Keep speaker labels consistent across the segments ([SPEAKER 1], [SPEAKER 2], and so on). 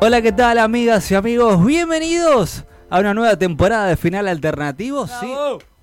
[SPEAKER 1] Hola, ¿qué tal, amigas y amigos? Bienvenidos a una nueva temporada de Final Alternativo. Sí.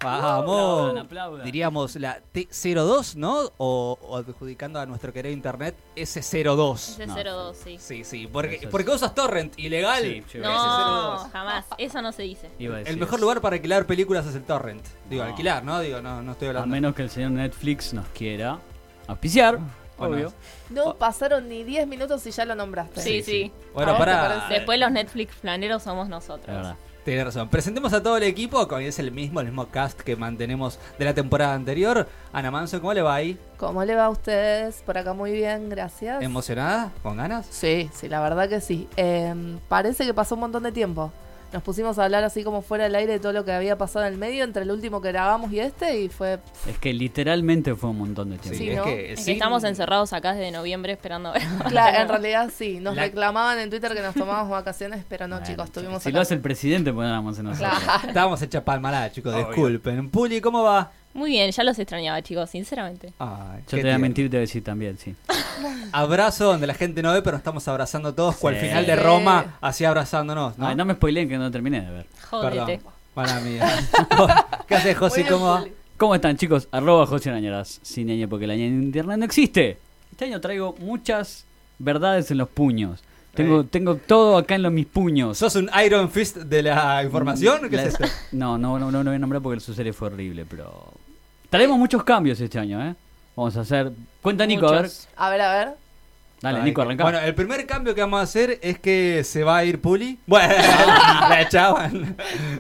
[SPEAKER 1] Vamos.
[SPEAKER 2] Aplaudan, aplaudan.
[SPEAKER 1] Diríamos la T02, ¿no? O, o adjudicando a nuestro querido internet S02.
[SPEAKER 3] Ese
[SPEAKER 1] No.
[SPEAKER 3] 02, sí.
[SPEAKER 1] Sí, sí, porque,
[SPEAKER 2] Eso es.
[SPEAKER 1] porque usas torrent, ilegal.
[SPEAKER 2] Sí, sí,
[SPEAKER 3] No, jamás. Eso no se dice.
[SPEAKER 2] Iba a decir
[SPEAKER 1] El mejor
[SPEAKER 2] eso.
[SPEAKER 1] lugar para alquilar películas es el torrent. Digo,
[SPEAKER 2] No.
[SPEAKER 1] alquilar, ¿no? Digo, no, no estoy
[SPEAKER 2] A
[SPEAKER 1] hablando.
[SPEAKER 2] menos que el señor Netflix nos quiera auspiciar,
[SPEAKER 1] O
[SPEAKER 2] obvio.
[SPEAKER 1] no.
[SPEAKER 4] No pasaron ni 10 minutos y ya lo nombraste.
[SPEAKER 3] Sí, sí.
[SPEAKER 1] Bueno,
[SPEAKER 4] ¿A vos te
[SPEAKER 1] para.
[SPEAKER 4] parece?
[SPEAKER 3] Después los Netflix planeros somos
[SPEAKER 2] La
[SPEAKER 3] nosotros.
[SPEAKER 2] verdad.
[SPEAKER 1] Tienes razón. Presentemos a todo el equipo, que es el mismo, el mismo cast que mantenemos de la temporada anterior. Ana Manso, ¿cómo le va ahí?
[SPEAKER 4] ¿Cómo le va a ustedes? Por acá muy bien, gracias.
[SPEAKER 1] ¿Emocionada? ¿Con ganas?
[SPEAKER 4] sí, sí, la verdad que sí. Eh, parece que pasó un montón de tiempo. Nos pusimos a hablar así como fuera del aire de todo lo que había pasado en el medio entre el último que grabamos y este y fue...
[SPEAKER 2] Es que literalmente fue un montón de tiempo.
[SPEAKER 4] Sí, ¿no?
[SPEAKER 1] que,
[SPEAKER 3] Es que
[SPEAKER 1] sin-
[SPEAKER 3] estamos encerrados acá desde noviembre esperando a ver.
[SPEAKER 4] Claro, en realidad sí, nos
[SPEAKER 1] La-
[SPEAKER 4] reclamaban en Twitter que nos tomábamos vacaciones, pero no
[SPEAKER 2] Bueno,
[SPEAKER 4] chicos, estuvimos
[SPEAKER 2] Si
[SPEAKER 4] acá.
[SPEAKER 2] lo hace el presidente, ponéramos en nosotros.
[SPEAKER 4] Claro.
[SPEAKER 1] Estábamos hecha palmalada, chicos,
[SPEAKER 2] Obvio.
[SPEAKER 1] disculpen. Puli, ¿cómo va?
[SPEAKER 3] Muy bien, ya los extrañaba, chicos, sinceramente.
[SPEAKER 1] Ay, qué
[SPEAKER 2] Yo te voy a
[SPEAKER 1] tierno.
[SPEAKER 2] mentir y te voy a decir también, sí.
[SPEAKER 1] Abrazo donde la gente no ve, pero nos estamos abrazando todos, cual
[SPEAKER 2] Sí.
[SPEAKER 1] final de Roma, así abrazándonos, ¿no?
[SPEAKER 2] Ay, no me spoileen que no terminé de ver.
[SPEAKER 3] Jódete.
[SPEAKER 1] Perdón. Mala mía. ¿Qué haces, José?
[SPEAKER 4] Muy bien,
[SPEAKER 1] ¿Cómo va?
[SPEAKER 4] Juli.
[SPEAKER 2] ¿Cómo están, chicos? Arroba José Nañaras. Sin ñañe, porque la ñaña en internet no existe. Este año traigo muchas verdades en los puños. Tengo, tengo todo acá en los, mis puños.
[SPEAKER 1] ¿Sos un Iron Fist de la información? ¿Qué
[SPEAKER 2] La-
[SPEAKER 1] es esto?
[SPEAKER 2] No, no, no, no, no voy a nombrar porque su serie fue horrible, pero. Traemos muchos cambios este año, ¿eh? Vamos a hacer. Cuenta Nico, a ver.
[SPEAKER 3] Muchos.
[SPEAKER 4] A ver, a ver.
[SPEAKER 2] Dale,
[SPEAKER 1] Ay,
[SPEAKER 2] Nico,
[SPEAKER 1] que-
[SPEAKER 2] arrancá.
[SPEAKER 1] Bueno, el primer cambio que vamos a hacer es que se va a ir Puli. Bueno, la echaban.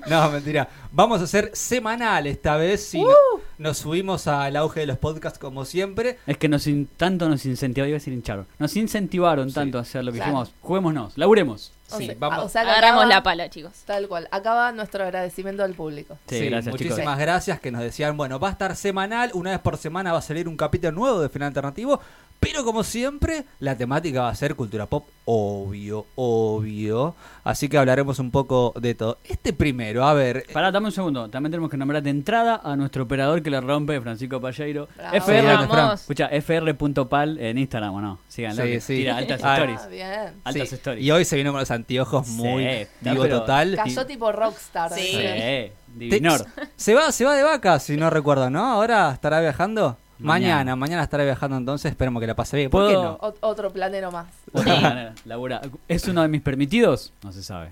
[SPEAKER 1] No, mentira. Vamos a hacer semanal esta vez. Si no-
[SPEAKER 2] Uh.
[SPEAKER 1] nos subimos al auge de los podcasts como siempre.
[SPEAKER 2] Es que nos in- tanto nos incentivaron, iba a decir hincharon. Nos incentivaron
[SPEAKER 1] Sí.
[SPEAKER 2] tanto a hacer lo que
[SPEAKER 4] Claro.
[SPEAKER 2] dijimos. Juguémonos, laburemos.
[SPEAKER 4] O
[SPEAKER 1] Sí,
[SPEAKER 4] sea-
[SPEAKER 1] vamos.
[SPEAKER 4] o sea que
[SPEAKER 3] Agarramos
[SPEAKER 4] acaba-
[SPEAKER 3] la pala, chicos.
[SPEAKER 4] Tal cual. Acaba nuestro agradecimiento al público.
[SPEAKER 2] Sí,
[SPEAKER 1] Sí,
[SPEAKER 2] gracias, chicos.
[SPEAKER 1] muchísimas gracias que nos decían, bueno, va a estar semanal, una vez por semana va a salir un capítulo nuevo de Final Alternativo, pero como siempre, la temática va a ser cultura pop, obvio, obvio. Así que hablaremos un poco de todo. Este primero, a ver,
[SPEAKER 2] Pará, dame un segundo. También tenemos que nombrar de entrada a nuestro operador que le rompe, Francisco Palleiro.
[SPEAKER 4] Bravo.
[SPEAKER 2] FR.
[SPEAKER 1] Vamos.
[SPEAKER 2] Fran, Escucha, fr.pal en Instagram, ¿o no? Síganlo.
[SPEAKER 1] Sí,
[SPEAKER 2] que
[SPEAKER 1] sí.
[SPEAKER 2] Tira altas
[SPEAKER 1] Ah.
[SPEAKER 4] Ah,
[SPEAKER 2] stories.
[SPEAKER 4] bien.
[SPEAKER 2] Altas
[SPEAKER 1] Sí,
[SPEAKER 2] stories.
[SPEAKER 1] Y hoy se vino con los anteojos
[SPEAKER 2] Sí,
[SPEAKER 1] muy
[SPEAKER 2] está,
[SPEAKER 1] digo
[SPEAKER 2] pero-
[SPEAKER 1] total.
[SPEAKER 4] Cayó tipo rockstar.
[SPEAKER 3] Sí.
[SPEAKER 4] ¿eh?
[SPEAKER 1] Te-
[SPEAKER 2] Sí, divinor.
[SPEAKER 1] se va, se va de vaca, si no recuerdo, ¿no? Ahora estará viajando. Mañana,
[SPEAKER 2] Mañana.
[SPEAKER 1] mañana, estará viajando entonces, esperemos que la pase bien. ¿Por
[SPEAKER 2] ¿Puedo,
[SPEAKER 1] qué no?
[SPEAKER 4] Ot- otro planero más.
[SPEAKER 2] Otra labura. ¿Es uno de mis permitidos? No se sabe.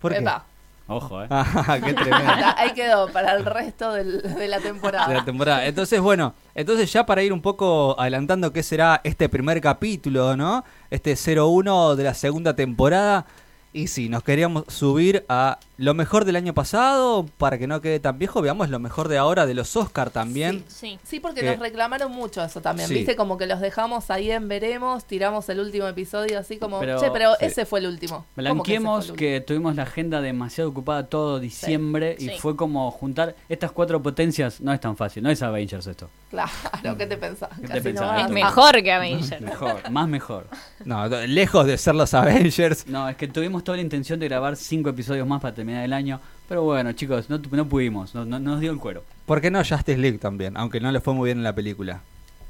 [SPEAKER 1] ¿Por qué?
[SPEAKER 4] Epa,
[SPEAKER 2] Ojo, eh.
[SPEAKER 1] Ah, qué tremendo.
[SPEAKER 4] está, ahí quedó para el resto del- de la
[SPEAKER 1] de la
[SPEAKER 4] temporada.
[SPEAKER 1] temporada. Entonces, bueno, entonces ya para ir un poco adelantando qué será este primer capítulo, ¿no? Este 01 de la segunda temporada. Y si nos queríamos subir a lo mejor del año pasado, para que no quede tan viejo, veamos lo mejor de ahora de los Oscar también.
[SPEAKER 3] Sí.
[SPEAKER 4] Sí, porque
[SPEAKER 1] Que-
[SPEAKER 4] nos reclamaron mucho eso también.
[SPEAKER 1] eh, Sí.
[SPEAKER 4] Viste, como que los dejamos ahí en veremos, tiramos el último episodio así como,
[SPEAKER 2] Pero-
[SPEAKER 4] che, pero
[SPEAKER 1] Sí.
[SPEAKER 4] ese fue el último. ¿Cómo que ese fue el
[SPEAKER 2] Blanqueemos
[SPEAKER 4] último?
[SPEAKER 2] que tuvimos la agenda demasiado ocupada todo diciembre y
[SPEAKER 3] Sí.
[SPEAKER 2] fue como juntar estas cuatro potencias. No es tan fácil, no es Avengers esto.
[SPEAKER 4] Claro, ¿qué te pensás?
[SPEAKER 2] te
[SPEAKER 4] Casi
[SPEAKER 2] pensás?
[SPEAKER 4] no va. Ah,
[SPEAKER 3] Es mejor que Avenger.
[SPEAKER 2] Mejor, más mejor.
[SPEAKER 1] No, no, lejos de ser los Avengers.
[SPEAKER 2] No, es que tuvimos toda la intención de grabar cinco episodios más para terminar el año. Pero bueno, chicos, no, tu- no pudimos, no, no- no nos dio el cuero.
[SPEAKER 1] ¿Por qué no Justice League también? Aunque no le fue muy bien en la película.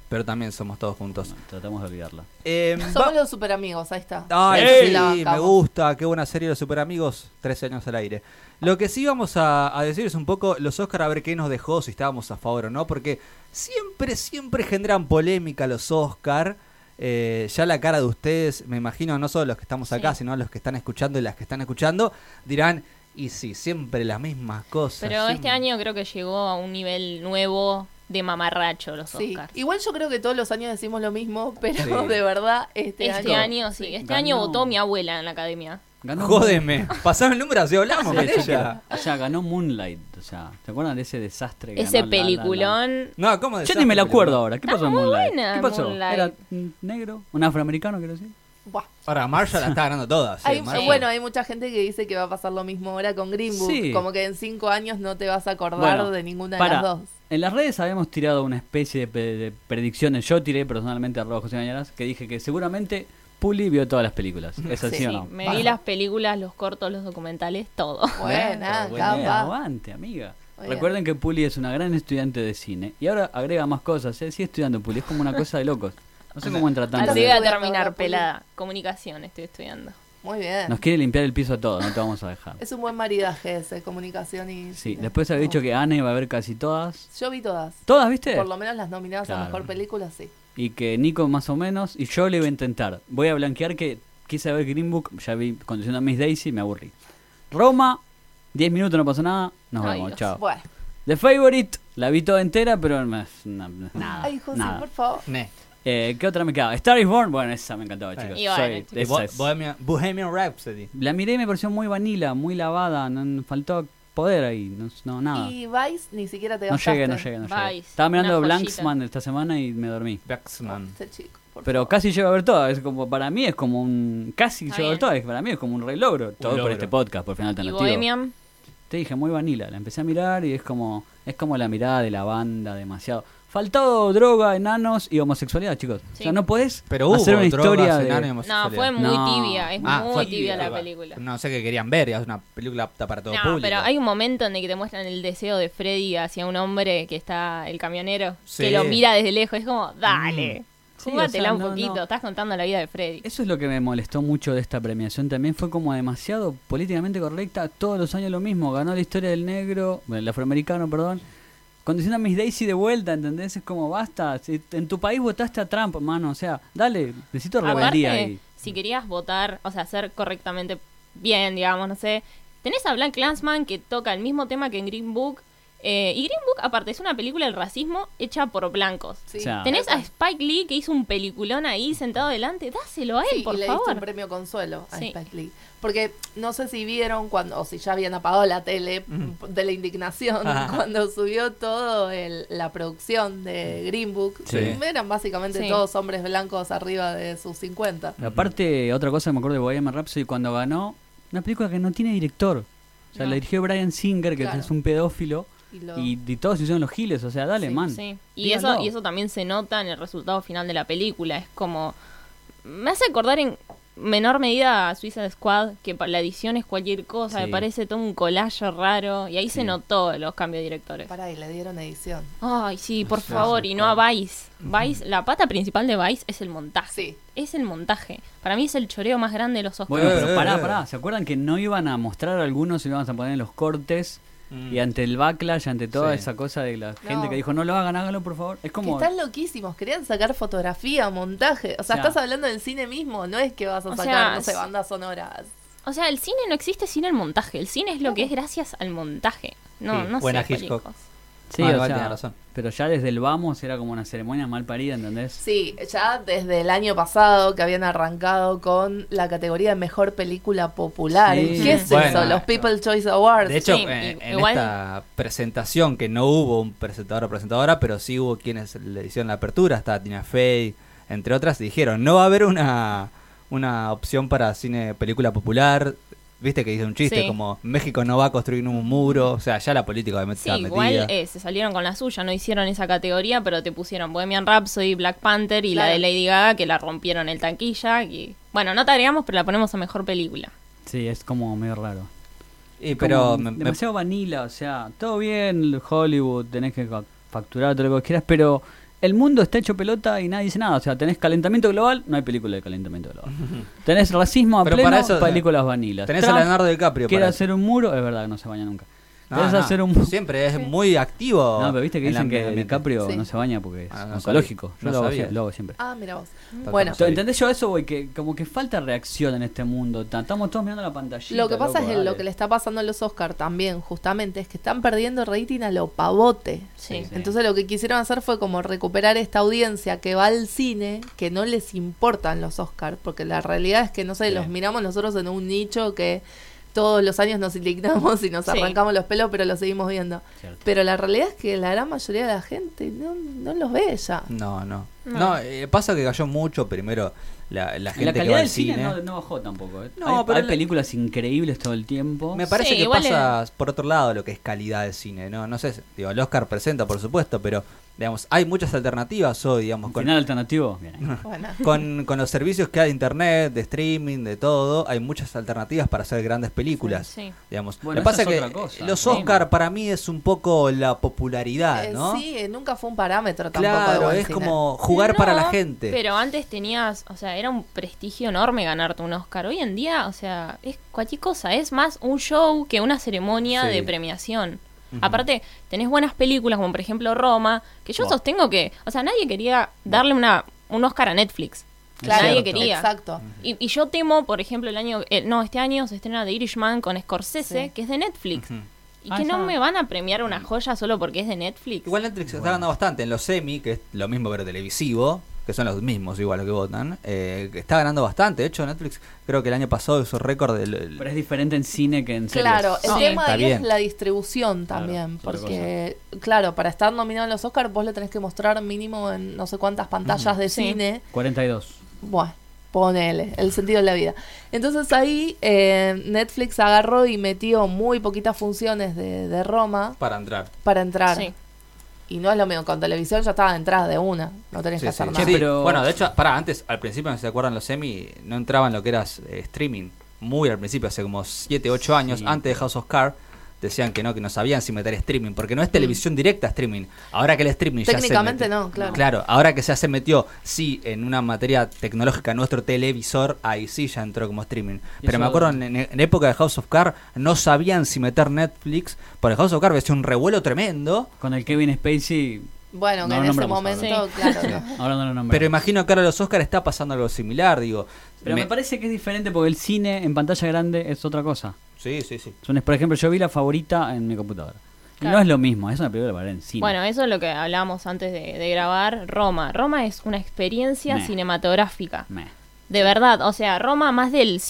[SPEAKER 1] Pero también somos todos juntos.
[SPEAKER 2] Tratamos de olvidarla.
[SPEAKER 1] Em,
[SPEAKER 4] Somos
[SPEAKER 1] va-
[SPEAKER 4] los super amigos, ahí está.
[SPEAKER 1] Ay,
[SPEAKER 2] Sí.
[SPEAKER 1] sí,
[SPEAKER 4] La
[SPEAKER 1] me
[SPEAKER 4] bancamos.
[SPEAKER 1] gusta, qué buena serie Los Super Amigos, 13 años al aire. Lo que sí vamos a, a decir es un poco los Oscar a ver qué nos dejó, si estábamos a favor o no, porque siempre, siempre generan polémica los Oscar. Eh, ya la cara de ustedes, me imagino, no solo los que estamos acá,
[SPEAKER 3] Sí.
[SPEAKER 1] sino los que están escuchando y las que están escuchando, dirán, y sí, siempre las mismas cosas.
[SPEAKER 3] Pero este
[SPEAKER 1] siempre".
[SPEAKER 3] año creo que llegó a un nivel nuevo de mamarracho los
[SPEAKER 4] Sí.
[SPEAKER 3] Oscars.
[SPEAKER 4] Igual yo creo que todos los años decimos lo mismo, pero
[SPEAKER 1] Sí.
[SPEAKER 4] de verdad este,
[SPEAKER 3] Este año, sí. Este año
[SPEAKER 2] Ganó.
[SPEAKER 3] votó mi abuela en la academia.
[SPEAKER 2] Ganó
[SPEAKER 1] Jódeme, pasame el número, así hablamos
[SPEAKER 2] Sí,
[SPEAKER 1] con
[SPEAKER 2] sí,
[SPEAKER 1] ella.
[SPEAKER 2] O sea, ganó Moonlight. O sea, ¿se acuerdan de ese desastre que
[SPEAKER 3] Ese
[SPEAKER 2] ganó La La Land?
[SPEAKER 3] peliculón.
[SPEAKER 1] No, ¿cómo
[SPEAKER 2] Yo
[SPEAKER 1] desastre,
[SPEAKER 2] ni me lo
[SPEAKER 1] pero-
[SPEAKER 2] acuerdo ahora. ¿Qué
[SPEAKER 3] Está
[SPEAKER 2] pasó en
[SPEAKER 3] muy
[SPEAKER 2] Moonlight?
[SPEAKER 3] buena
[SPEAKER 2] ¿Qué pasó?
[SPEAKER 3] Moonlight.
[SPEAKER 2] ¿Era mm, negro? ¿Un afroamericano, quiero decir?
[SPEAKER 4] Buah.
[SPEAKER 1] Ahora, Marshall la está ganando todas. sí,
[SPEAKER 4] Hay-
[SPEAKER 1] Marshall.
[SPEAKER 4] Bueno, hay mucha gente que dice que va a pasar lo mismo ahora con Greenwood.
[SPEAKER 2] Sí.
[SPEAKER 4] Como que en cinco años no te vas a acordar
[SPEAKER 2] Bueno,
[SPEAKER 4] de ninguna
[SPEAKER 2] pará.
[SPEAKER 4] de las dos.
[SPEAKER 2] En las redes habíamos tirado una especie de, pe- de predicciones. Yo tiré personalmente a Rojo José Mañanas que dije que seguramente Puli vio todas las películas. ¿Es así
[SPEAKER 4] Sí,
[SPEAKER 2] o
[SPEAKER 3] Sí,
[SPEAKER 2] no?
[SPEAKER 3] me
[SPEAKER 4] Baja.
[SPEAKER 3] vi las películas, los cortos, los documentales, todo.
[SPEAKER 4] Buena,
[SPEAKER 2] Bueno,
[SPEAKER 4] capa.
[SPEAKER 2] bueno, aguante, amiga.
[SPEAKER 4] Muy
[SPEAKER 2] Recuerden que Puli es una gran estudiante de cine y ahora agrega más cosas. ¿eh? Sigue estudiando Puli, es como una cosa de locos. No sé cómo entra tanto.
[SPEAKER 3] Así voy a
[SPEAKER 4] Estudiando,
[SPEAKER 3] terminar
[SPEAKER 4] ahora, Poli.
[SPEAKER 3] pelada. Comunicación estoy estudiando.
[SPEAKER 4] Muy bien.
[SPEAKER 2] Nos quiere limpiar el piso a todos, no te vamos a dejar.
[SPEAKER 4] Es un buen maridaje ese, comunicación y...
[SPEAKER 2] Sí, después había dicho que Anne va a ver casi todas.
[SPEAKER 4] Yo vi todas.
[SPEAKER 2] ¿Todas, viste?
[SPEAKER 4] Por lo menos las nominadas a
[SPEAKER 2] Claro.
[SPEAKER 4] Mejor Película, sí.
[SPEAKER 2] Y que Nico más o menos, y yo le iba a intentar. Voy a blanquear que quise ver Green Book, ya vi conduciendo a Miss Daisy, me aburrí. Roma, 10 minutos, no pasó nada, nos
[SPEAKER 3] Ay,
[SPEAKER 2] vemos,
[SPEAKER 3] Dios.
[SPEAKER 2] chao.
[SPEAKER 4] Bueno.
[SPEAKER 2] The Favorite, la vi toda entera, pero no, no- nada.
[SPEAKER 4] Ay, José,
[SPEAKER 2] nada.
[SPEAKER 4] por favor.
[SPEAKER 1] Ne.
[SPEAKER 2] Eh, ¿Qué otra me queda? Star is Born, bueno, esa me encantaba,
[SPEAKER 1] Bueno.
[SPEAKER 2] chicos.
[SPEAKER 3] Y bueno,
[SPEAKER 2] Soy-
[SPEAKER 3] chicos.
[SPEAKER 1] Eh,
[SPEAKER 2] esa
[SPEAKER 1] Bo-
[SPEAKER 2] es.
[SPEAKER 1] Bohemian, Bohemian Rhapsody.
[SPEAKER 2] La miré y me pareció muy vanila, muy lavada, no, faltó poder ahí, no, no, nada.
[SPEAKER 4] Y Vice ni siquiera te
[SPEAKER 2] No
[SPEAKER 4] gastaste.
[SPEAKER 2] llegué, no llegué, no llegué.
[SPEAKER 3] Vice,
[SPEAKER 2] Estaba mirando
[SPEAKER 3] una
[SPEAKER 2] Blanksman esta semana y me dormí.
[SPEAKER 1] Baxman.
[SPEAKER 4] Este chico, por
[SPEAKER 2] Pero
[SPEAKER 4] favor.
[SPEAKER 2] casi llego a ver todo, es como, para mí es como un... Casi
[SPEAKER 3] Está
[SPEAKER 2] llego a ver
[SPEAKER 3] bien.
[SPEAKER 2] todo, es- para mí es como un re logro. Todo por
[SPEAKER 1] logro.
[SPEAKER 2] este podcast, por final
[SPEAKER 3] Y
[SPEAKER 2] alternativo.
[SPEAKER 3] Bohemian.
[SPEAKER 2] Te dije, muy vanila, la empecé a mirar y es como es como la mirada de la banda, demasiado. Faltado droga, enanos y homosexualidad, chicos. O
[SPEAKER 3] Sí.
[SPEAKER 2] sea, no podés
[SPEAKER 1] Pero hubo
[SPEAKER 2] hacer una
[SPEAKER 1] drogas,
[SPEAKER 2] historia de...
[SPEAKER 1] enano y
[SPEAKER 3] No,
[SPEAKER 1] homosexualidad.
[SPEAKER 3] fue muy
[SPEAKER 2] No.
[SPEAKER 3] tibia. Es
[SPEAKER 1] Ah,
[SPEAKER 3] muy
[SPEAKER 1] fue
[SPEAKER 3] tibia la
[SPEAKER 1] va.
[SPEAKER 3] película.
[SPEAKER 1] No sé qué querían ver, es una película apta para todo
[SPEAKER 3] No,
[SPEAKER 1] público.
[SPEAKER 3] pero hay un momento en el que te muestran el deseo de Freddy hacia un hombre que está el camionero,
[SPEAKER 1] Sí.
[SPEAKER 3] que lo mira desde lejos. Es como, dale,
[SPEAKER 2] Mm. Sí, o
[SPEAKER 3] jugátela
[SPEAKER 2] sea,
[SPEAKER 3] un
[SPEAKER 2] no,
[SPEAKER 3] poquito.
[SPEAKER 2] no.
[SPEAKER 3] Estás contando la vida de Freddy.
[SPEAKER 2] Eso es lo que me molestó mucho de esta premiación también. Fue como demasiado políticamente correcta. Todos los años lo mismo. Ganó la historia del negro, bueno, el afroamericano, perdón. Condiciona a Miss Daisy de vuelta, ¿entendés? Es como basta. Si en tu país votaste a Trump, mano. O sea, dale, necesito rebeldía ahí.
[SPEAKER 3] Aparte, si querías votar, o sea, hacer correctamente bien, digamos, no sé. Tenés a Black Clansman que toca el mismo tema que en Green Book. eh, y Green Book, aparte, es una película del racismo hecha por blancos.
[SPEAKER 4] Sí.
[SPEAKER 2] O sea, Ah.
[SPEAKER 3] Tenés a Spike Lee que hizo un peliculón ahí sentado delante. Dáselo a él,
[SPEAKER 4] Sí,
[SPEAKER 3] por
[SPEAKER 4] y le diste un
[SPEAKER 3] favor.
[SPEAKER 4] premio consuelo a
[SPEAKER 3] Sí.
[SPEAKER 4] Spike Lee. Porque no sé si vieron cuando, o si ya habían apagado la tele de la indignación,
[SPEAKER 1] Mm. Ajá.
[SPEAKER 4] cuando subió todo el- la producción de Green Book.
[SPEAKER 1] Sí.
[SPEAKER 4] Eran básicamente
[SPEAKER 3] Sí.
[SPEAKER 4] todos hombres blancos arriba de sus 50.
[SPEAKER 2] Aparte, otra cosa me acuerdo de Bohemian Rhapsody cuando ganó. Una película que no tiene director. O sea,
[SPEAKER 3] No.
[SPEAKER 2] la dirigió Brian Singer, que
[SPEAKER 4] Claro.
[SPEAKER 2] es un pedófilo.
[SPEAKER 4] Y lo-
[SPEAKER 2] Y, y todos se hicieron los giles. O sea, dale,
[SPEAKER 4] Sí,
[SPEAKER 2] man.
[SPEAKER 3] Sí. Y
[SPEAKER 2] Díganlo.
[SPEAKER 3] eso, y eso también se nota en el resultado final de la película. Es como. Me hace acordar en menor medida a Suiza Squad, que pa- la edición es cualquier cosa,
[SPEAKER 2] Sí.
[SPEAKER 3] me parece todo un collage raro. Y ahí se
[SPEAKER 2] Sí.
[SPEAKER 3] notó los cambios de directores.
[SPEAKER 4] Pará, y le dieron edición.
[SPEAKER 3] Ay, sí, por favor, y no a Vice. Vice, la pata principal de Vice es el montaje.
[SPEAKER 4] Sí.
[SPEAKER 3] Es el montaje. Para mí es el choreo más grande de los Oscars.
[SPEAKER 2] Bueno,
[SPEAKER 1] Eh,
[SPEAKER 2] pero
[SPEAKER 1] eh,
[SPEAKER 2] pará,
[SPEAKER 1] eh.
[SPEAKER 2] pará. ¿Se acuerdan que no iban a mostrar algunos, sino iban a poner en los cortes?
[SPEAKER 1] Mm.
[SPEAKER 2] Y ante el backlash, ante toda
[SPEAKER 1] Sí.
[SPEAKER 2] esa cosa de la
[SPEAKER 4] No.
[SPEAKER 2] gente que dijo, no lo hagan, háganlo, por favor. Es como...
[SPEAKER 4] Que están loquísimos, querían sacar fotografía, montaje. O sea,
[SPEAKER 2] Ya.
[SPEAKER 4] estás hablando del cine mismo, no es que vas
[SPEAKER 3] O
[SPEAKER 4] a sacar,
[SPEAKER 3] sea,
[SPEAKER 4] no sé,
[SPEAKER 3] es-
[SPEAKER 4] bandas sonoras.
[SPEAKER 3] O sea, el cine no existe sin el montaje. El cine es lo que es gracias al montaje. No,
[SPEAKER 1] Sí,
[SPEAKER 3] no
[SPEAKER 1] buena
[SPEAKER 3] sé. cualquier
[SPEAKER 1] Hitchcock.
[SPEAKER 3] cosa.
[SPEAKER 2] Sí,
[SPEAKER 1] Ah,
[SPEAKER 2] o
[SPEAKER 1] igual
[SPEAKER 2] sea,
[SPEAKER 1] tenés razón.
[SPEAKER 2] Pero ya desde el vamos era como una ceremonia mal parida, ¿entendés?
[SPEAKER 4] Sí, ya desde el año pasado que habían arrancado con la categoría de mejor película popular.
[SPEAKER 2] Sí.
[SPEAKER 4] ¿Qué es
[SPEAKER 1] Bueno,
[SPEAKER 4] eso? Los People's Choice Awards.
[SPEAKER 1] De hecho,
[SPEAKER 3] Sí,
[SPEAKER 1] eh,
[SPEAKER 3] y-
[SPEAKER 1] en
[SPEAKER 3] igual-
[SPEAKER 1] esta presentación, que no hubo un presentador o presentadora, pero sí hubo quienes le hicieron la apertura, está Tina Fey, entre otras, dijeron, no va a haber una, una opción para cine, película popular. Viste que hizo un chiste
[SPEAKER 3] Sí.
[SPEAKER 1] como México no va a construir un muro, o sea, ya la política obviamente
[SPEAKER 3] Sí,
[SPEAKER 1] está metida.
[SPEAKER 3] igual eh, se salieron con la suya, no hicieron esa categoría, pero te pusieron Bohemian Rhapsody, Black Panther y
[SPEAKER 4] Claro.
[SPEAKER 3] la de Lady Gaga que la rompieron el tanquilla. Y... Bueno, no te agregamos, pero la ponemos a mejor película.
[SPEAKER 2] Sí, es como medio raro.
[SPEAKER 1] Y pero
[SPEAKER 2] Como
[SPEAKER 1] me- me-
[SPEAKER 2] demasiado vanila, o sea, todo bien, Hollywood, tenés que fa- facturar todo lo que quieras, pero el mundo está hecho pelota y nadie dice nada. O sea, tenés calentamiento global, no hay película de calentamiento global. tenés racismo a
[SPEAKER 1] Pero
[SPEAKER 2] pleno,
[SPEAKER 1] para eso, eh,
[SPEAKER 2] películas vanilas.
[SPEAKER 1] tenés
[SPEAKER 2] Trump
[SPEAKER 1] a Leonardo DiCaprio.
[SPEAKER 2] quiere
[SPEAKER 1] para eso.
[SPEAKER 2] hacer un muro, es verdad que no se baña nunca.
[SPEAKER 1] No,
[SPEAKER 2] Quieres
[SPEAKER 1] Ah, no,
[SPEAKER 2] hacer un muro.
[SPEAKER 1] Siempre es muy activo.
[SPEAKER 2] No, pero viste que
[SPEAKER 1] en el
[SPEAKER 2] dicen que
[SPEAKER 1] ambiente.
[SPEAKER 2] DiCaprio
[SPEAKER 4] Sí.
[SPEAKER 2] no se baña porque es
[SPEAKER 1] Ah, no
[SPEAKER 2] oncológico.
[SPEAKER 1] sabía.
[SPEAKER 2] Yo
[SPEAKER 1] No
[SPEAKER 2] lo, hago,
[SPEAKER 1] sabía.
[SPEAKER 2] sie- lo hago siempre.
[SPEAKER 4] Ah, mira vos.
[SPEAKER 1] Tanto
[SPEAKER 4] Bueno,
[SPEAKER 1] no
[SPEAKER 2] Yo-
[SPEAKER 1] sabía.
[SPEAKER 2] ¿Entendés yo eso, güey? Que como que falta reacción en este mundo. Ta- Estamos todos mirando la pantalla.
[SPEAKER 4] lo que pasa es que lo que le está pasando a los Oscars también, justamente, es que están perdiendo rating a lo pavote.
[SPEAKER 3] Sí.
[SPEAKER 2] Sí.
[SPEAKER 4] Entonces lo que quisieron hacer fue como recuperar esta audiencia que va al cine, que no les importan los Oscars, porque la realidad es que, no sé,
[SPEAKER 2] Sí.
[SPEAKER 4] los miramos nosotros en un nicho que todos los años nos indignamos y nos
[SPEAKER 3] Sí.
[SPEAKER 4] arrancamos los pelos, pero los seguimos viendo. Pero la realidad es que la gran mayoría de la gente no, no los ve ya.
[SPEAKER 1] No, no.
[SPEAKER 3] No.
[SPEAKER 1] No, eh, pasa que cayó mucho primero la, la gente
[SPEAKER 2] La
[SPEAKER 1] que va
[SPEAKER 2] calidad
[SPEAKER 1] al
[SPEAKER 2] del cine,
[SPEAKER 1] cine.
[SPEAKER 2] no, no bajó tampoco. ¿eh?
[SPEAKER 1] No,
[SPEAKER 2] hay,
[SPEAKER 1] pero
[SPEAKER 2] hay
[SPEAKER 1] la-
[SPEAKER 2] películas increíbles todo el tiempo.
[SPEAKER 1] Me parece
[SPEAKER 3] Sí,
[SPEAKER 1] que
[SPEAKER 3] igual
[SPEAKER 1] pasa por otro lado lo que es calidad de cine, ¿no? No sé, digo, el Oscar presenta, por supuesto, pero Digamos, hay muchas alternativas hoy, digamos, con,
[SPEAKER 2] Final alternativo. Bien.
[SPEAKER 4] Bueno.
[SPEAKER 1] con, con los servicios que hay de internet, de streaming, de todo, hay muchas alternativas para hacer grandes películas.
[SPEAKER 3] Sí.
[SPEAKER 1] Digamos.
[SPEAKER 2] Bueno,
[SPEAKER 1] Lo que pasa
[SPEAKER 2] esa es
[SPEAKER 1] que
[SPEAKER 2] otra cosa.
[SPEAKER 1] los
[SPEAKER 2] Sí.
[SPEAKER 1] Oscar para mí es un poco la popularidad,
[SPEAKER 4] Eh,
[SPEAKER 1] Ah, ¿no?
[SPEAKER 4] Sí, eh, nunca fue un parámetro tampoco. de
[SPEAKER 1] claro,
[SPEAKER 4] buen
[SPEAKER 1] es
[SPEAKER 4] cine.
[SPEAKER 1] como jugar para la
[SPEAKER 3] No,
[SPEAKER 1] gente.
[SPEAKER 3] Pero antes tenías, o sea, era un prestigio enorme ganarte un Oscar. Hoy en día, o sea, es cualquier cosa. Es más un show que una ceremonia
[SPEAKER 1] Sí.
[SPEAKER 3] de premiación.
[SPEAKER 1] Ujú.
[SPEAKER 3] Aparte, tenés buenas películas, como por ejemplo Roma, que yo
[SPEAKER 1] Bueno.
[SPEAKER 3] sostengo que, o sea, nadie quería darle una, un Oscar a Netflix.
[SPEAKER 4] Claro,
[SPEAKER 3] nadie
[SPEAKER 2] cierto.
[SPEAKER 3] quería.
[SPEAKER 4] Exacto.
[SPEAKER 3] Y, y yo temo, por ejemplo, el año, eh, no, este año se estrena The Irishman con Scorsese,
[SPEAKER 4] Sí.
[SPEAKER 3] que es de Netflix.
[SPEAKER 1] Ujú.
[SPEAKER 3] Y
[SPEAKER 2] Ah,
[SPEAKER 3] que no
[SPEAKER 2] esa-
[SPEAKER 3] me van a premiar una joya solo porque es de Netflix.
[SPEAKER 1] Igual Netflix está ganando bastante en los semi, que es lo mismo pero televisivo, que son los mismos igual los que votan, eh, que está ganando bastante. De hecho, Netflix creo que el año pasado hizo récord del... el-
[SPEAKER 2] Pero es diferente en cine que en series.
[SPEAKER 4] Claro, el
[SPEAKER 3] Sí.
[SPEAKER 4] tema
[SPEAKER 1] Está
[SPEAKER 4] ahí es
[SPEAKER 1] bien.
[SPEAKER 4] la distribución
[SPEAKER 2] Claro,
[SPEAKER 4] también,
[SPEAKER 2] es otra
[SPEAKER 4] porque, claro, para estar nominado en los Oscars vos le tenés que mostrar mínimo en no sé cuántas pantallas de
[SPEAKER 3] Sí.
[SPEAKER 4] cine.
[SPEAKER 2] 42.
[SPEAKER 4] Bueno, ponele, el sentido de la vida. Entonces ahí eh, Netflix agarró y metió muy poquitas funciones de, de Roma
[SPEAKER 1] Para entrar.
[SPEAKER 4] para entrar.
[SPEAKER 3] Sí.
[SPEAKER 4] Y no es lo mismo, con televisión ya estaba detrás de una, no tenés
[SPEAKER 1] Sí,
[SPEAKER 4] que
[SPEAKER 1] sí,
[SPEAKER 4] hacer
[SPEAKER 1] sí.
[SPEAKER 4] nada.
[SPEAKER 2] Che, pero-
[SPEAKER 1] Bueno, de hecho, para antes, al principio, no sé si se acuerdan, los semi no entraban lo que era eh, streaming. Muy al principio, hace como 7, 8 años,
[SPEAKER 2] Sí.
[SPEAKER 1] antes de House of Cards, decían que no, que no sabían si meter streaming, porque
[SPEAKER 2] Mm.
[SPEAKER 1] no es televisión directa streaming. Ahora que el streaming ya se
[SPEAKER 4] Técnicamente
[SPEAKER 1] metió-
[SPEAKER 4] no, claro.
[SPEAKER 1] Claro, ahora que ya se metió, sí, en una materia tecnológica, nuestro televisor, ahí sí ya entró como streaming. Pero me
[SPEAKER 2] eso-
[SPEAKER 1] acuerdo en, en- en época de House of Cards, no sabían si meter Netflix, porque House of Cards había sido un revuelo tremendo.
[SPEAKER 2] Con el Kevin Spacey. No
[SPEAKER 4] Bueno, que en
[SPEAKER 2] lo
[SPEAKER 4] ese
[SPEAKER 2] nombramos
[SPEAKER 4] momento,
[SPEAKER 3] ahora.
[SPEAKER 4] claro.
[SPEAKER 2] sí,
[SPEAKER 4] no.
[SPEAKER 2] ahora no lo nombré.
[SPEAKER 1] Pero imagino que ahora los Oscars está pasando algo similar, digo.
[SPEAKER 2] Pero me...
[SPEAKER 1] Me-
[SPEAKER 2] parece que es diferente porque el cine en pantalla grande es otra cosa.
[SPEAKER 1] Sí, sí, sí.
[SPEAKER 2] Es un- Por ejemplo, yo vi la favorita en mi computadora. Y
[SPEAKER 3] Claro.
[SPEAKER 2] No es lo mismo, es una película para ver en cine.
[SPEAKER 3] Bueno, eso es lo que hablábamos antes de, de grabar. Roma. Roma es una experiencia
[SPEAKER 2] Meh.
[SPEAKER 3] cinematográfica.
[SPEAKER 2] Meh.
[SPEAKER 3] De verdad, o sea, Roma más del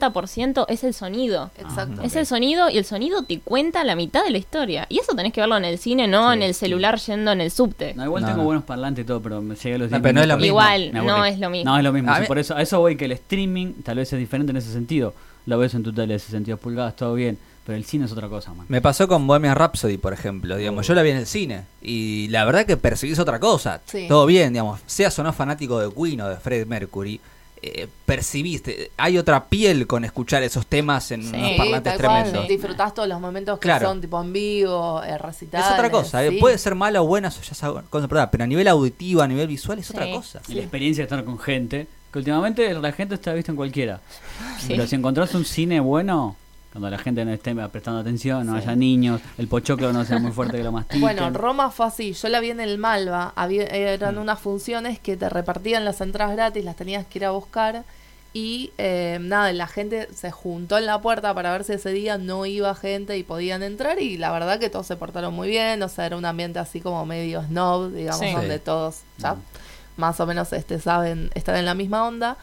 [SPEAKER 3] 50% es el sonido.
[SPEAKER 4] Exacto.
[SPEAKER 3] Es el sonido y el sonido te cuenta la mitad de la historia. Y eso tenés que verlo en el cine, no en el celular yendo en el subte.
[SPEAKER 2] No, igual
[SPEAKER 1] No,
[SPEAKER 2] tengo
[SPEAKER 1] no.
[SPEAKER 2] buenos parlantes y todo, pero me llega a los
[SPEAKER 1] No,
[SPEAKER 2] 10
[SPEAKER 1] pero no es lo
[SPEAKER 2] minutos.
[SPEAKER 1] mismo.
[SPEAKER 3] Igual,
[SPEAKER 2] Me aburrí.
[SPEAKER 3] no es lo mismo.
[SPEAKER 2] No es lo mismo.
[SPEAKER 1] A
[SPEAKER 2] sí,
[SPEAKER 1] mí-
[SPEAKER 2] Por eso, a eso voy que el streaming tal vez es diferente en ese sentido. Lo ves en tu tele de 62 pulgadas, todo bien. Pero el cine es otra cosa, man.
[SPEAKER 1] Me pasó con Bohemian Rhapsody, por ejemplo.
[SPEAKER 2] Uh.
[SPEAKER 1] Digamos, yo la vi en el cine y la verdad que percibís otra cosa.
[SPEAKER 4] Sí.
[SPEAKER 1] Todo bien, digamos, seas o no fanático de Queen o de Fred Mercury, eh, percibiste, hay otra piel con escuchar esos temas en
[SPEAKER 3] Sí,
[SPEAKER 1] unos
[SPEAKER 4] Sí,
[SPEAKER 1] parlantes
[SPEAKER 4] tal cual.
[SPEAKER 1] tremendos.
[SPEAKER 4] Disfrutás todos los momentos que
[SPEAKER 1] Claro.
[SPEAKER 4] son tipo en vivo, eh,
[SPEAKER 1] Es
[SPEAKER 4] recitales.
[SPEAKER 1] otra cosa, eh,
[SPEAKER 4] sí.
[SPEAKER 1] puede ser mala o buena, eso ya es algo- cosa aparte, pero a nivel auditivo, a nivel visual es otra
[SPEAKER 3] Sí.
[SPEAKER 1] cosa.
[SPEAKER 2] Y la experiencia de estar con gente. Que últimamente la gente está vista en cualquiera.
[SPEAKER 3] Sí.
[SPEAKER 2] Pero si encontrás un cine bueno, cuando la gente no esté prestando atención, no haya niños, el pochoclo no sea muy fuerte que lo mastiquen.
[SPEAKER 4] Bueno, Roma fue así. Yo la vi en el Malva. Había,
[SPEAKER 1] Mm.
[SPEAKER 4] eran unas funciones que te repartían las entradas gratis, las tenías que ir a buscar. Y eh, nada, la gente se juntó en la puerta para ver si ese día no iba gente y podían entrar. Y la verdad que todos se portaron muy bien. O sea, era un ambiente así como medio snob, digamos,
[SPEAKER 3] Sí.
[SPEAKER 4] donde
[SPEAKER 1] Sí. Mm.
[SPEAKER 4] todos ya más o menos este, saben, están en la misma onda.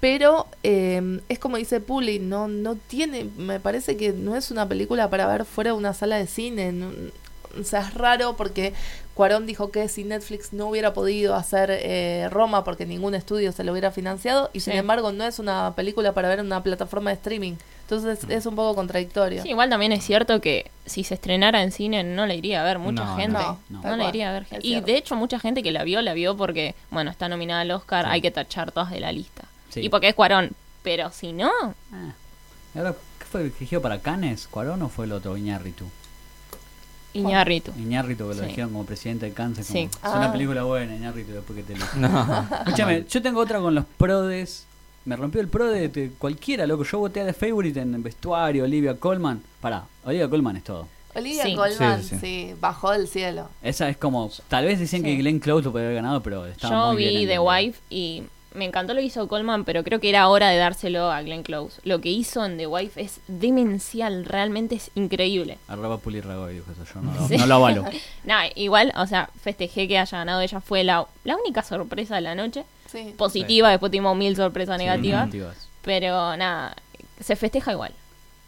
[SPEAKER 4] Pero eh, es como dice Puli, no, no tiene, me parece que no es una película para ver fuera de una sala de cine. no- o sea, es raro porque Cuarón dijo que si Netflix no hubiera podido hacer eh, Roma porque ningún estudio se lo hubiera financiado y sin
[SPEAKER 3] Sí.
[SPEAKER 4] embargo no es una película para ver en una plataforma de streaming. Entonces
[SPEAKER 3] Mm.
[SPEAKER 4] es un poco contradictorio.
[SPEAKER 3] Sí, igual también es cierto que si se estrenara en cine no la iría a ver mucha
[SPEAKER 1] No,
[SPEAKER 3] gente.
[SPEAKER 4] no,
[SPEAKER 3] No,
[SPEAKER 2] no.
[SPEAKER 4] Tal
[SPEAKER 3] la
[SPEAKER 4] cual,
[SPEAKER 3] iría a ver.
[SPEAKER 4] es
[SPEAKER 3] Y
[SPEAKER 4] cierto.
[SPEAKER 3] de hecho mucha gente que la vio, la vio porque, bueno, está nominada al Oscar, hay que tachar todas de la lista.
[SPEAKER 2] Sí.
[SPEAKER 3] Y porque es Cuarón. Pero si no,
[SPEAKER 2] Ah. ¿Y ahora qué fue? ¿Eligió para Canes? ¿Cuarón o fue el otro? Iñárritu.
[SPEAKER 3] Iñárritu.
[SPEAKER 2] Iñárritu que lo
[SPEAKER 3] Sí.
[SPEAKER 2] eligieron como presidente de Kansas. Como,
[SPEAKER 3] Sí.
[SPEAKER 2] Es una
[SPEAKER 4] Ah.
[SPEAKER 2] película buena, Iñárritu, después que te lo...
[SPEAKER 1] No.
[SPEAKER 2] Escúchame, yo tengo otra con los prodes. Me rompió el prode de cualquiera, loco. Yo voté a The Favorite en vestuario, Olivia Colman. Pará, Olivia Colman es todo.
[SPEAKER 4] Olivia
[SPEAKER 3] Sí.
[SPEAKER 4] Colman,
[SPEAKER 1] Sí, sí,
[SPEAKER 4] sí,
[SPEAKER 1] sí.
[SPEAKER 4] bajó del cielo.
[SPEAKER 2] Esa es como. Tal vez decían
[SPEAKER 3] Sí.
[SPEAKER 2] que Glenn Close lo podía haber ganado, pero estaba
[SPEAKER 3] Yo
[SPEAKER 2] muy bien
[SPEAKER 3] vi
[SPEAKER 2] en
[SPEAKER 3] The
[SPEAKER 2] el-
[SPEAKER 3] Wife y me encantó lo que hizo Coleman, pero creo que era hora de dárselo a Glenn Close. Lo que hizo en The Wife es demencial, realmente es increíble.
[SPEAKER 2] Arroba Puli Ragoy, dijo eso. Yo no lo,
[SPEAKER 3] Sí.
[SPEAKER 2] no lo avalo.
[SPEAKER 3] Nada, igual, o sea, festejé que haya ganado ella, fue la, la única sorpresa de la noche.
[SPEAKER 4] Sí.
[SPEAKER 3] Positiva, después tuvimos mil sorpresas negativas,
[SPEAKER 2] Negativas.
[SPEAKER 3] pero nada, se festeja igual.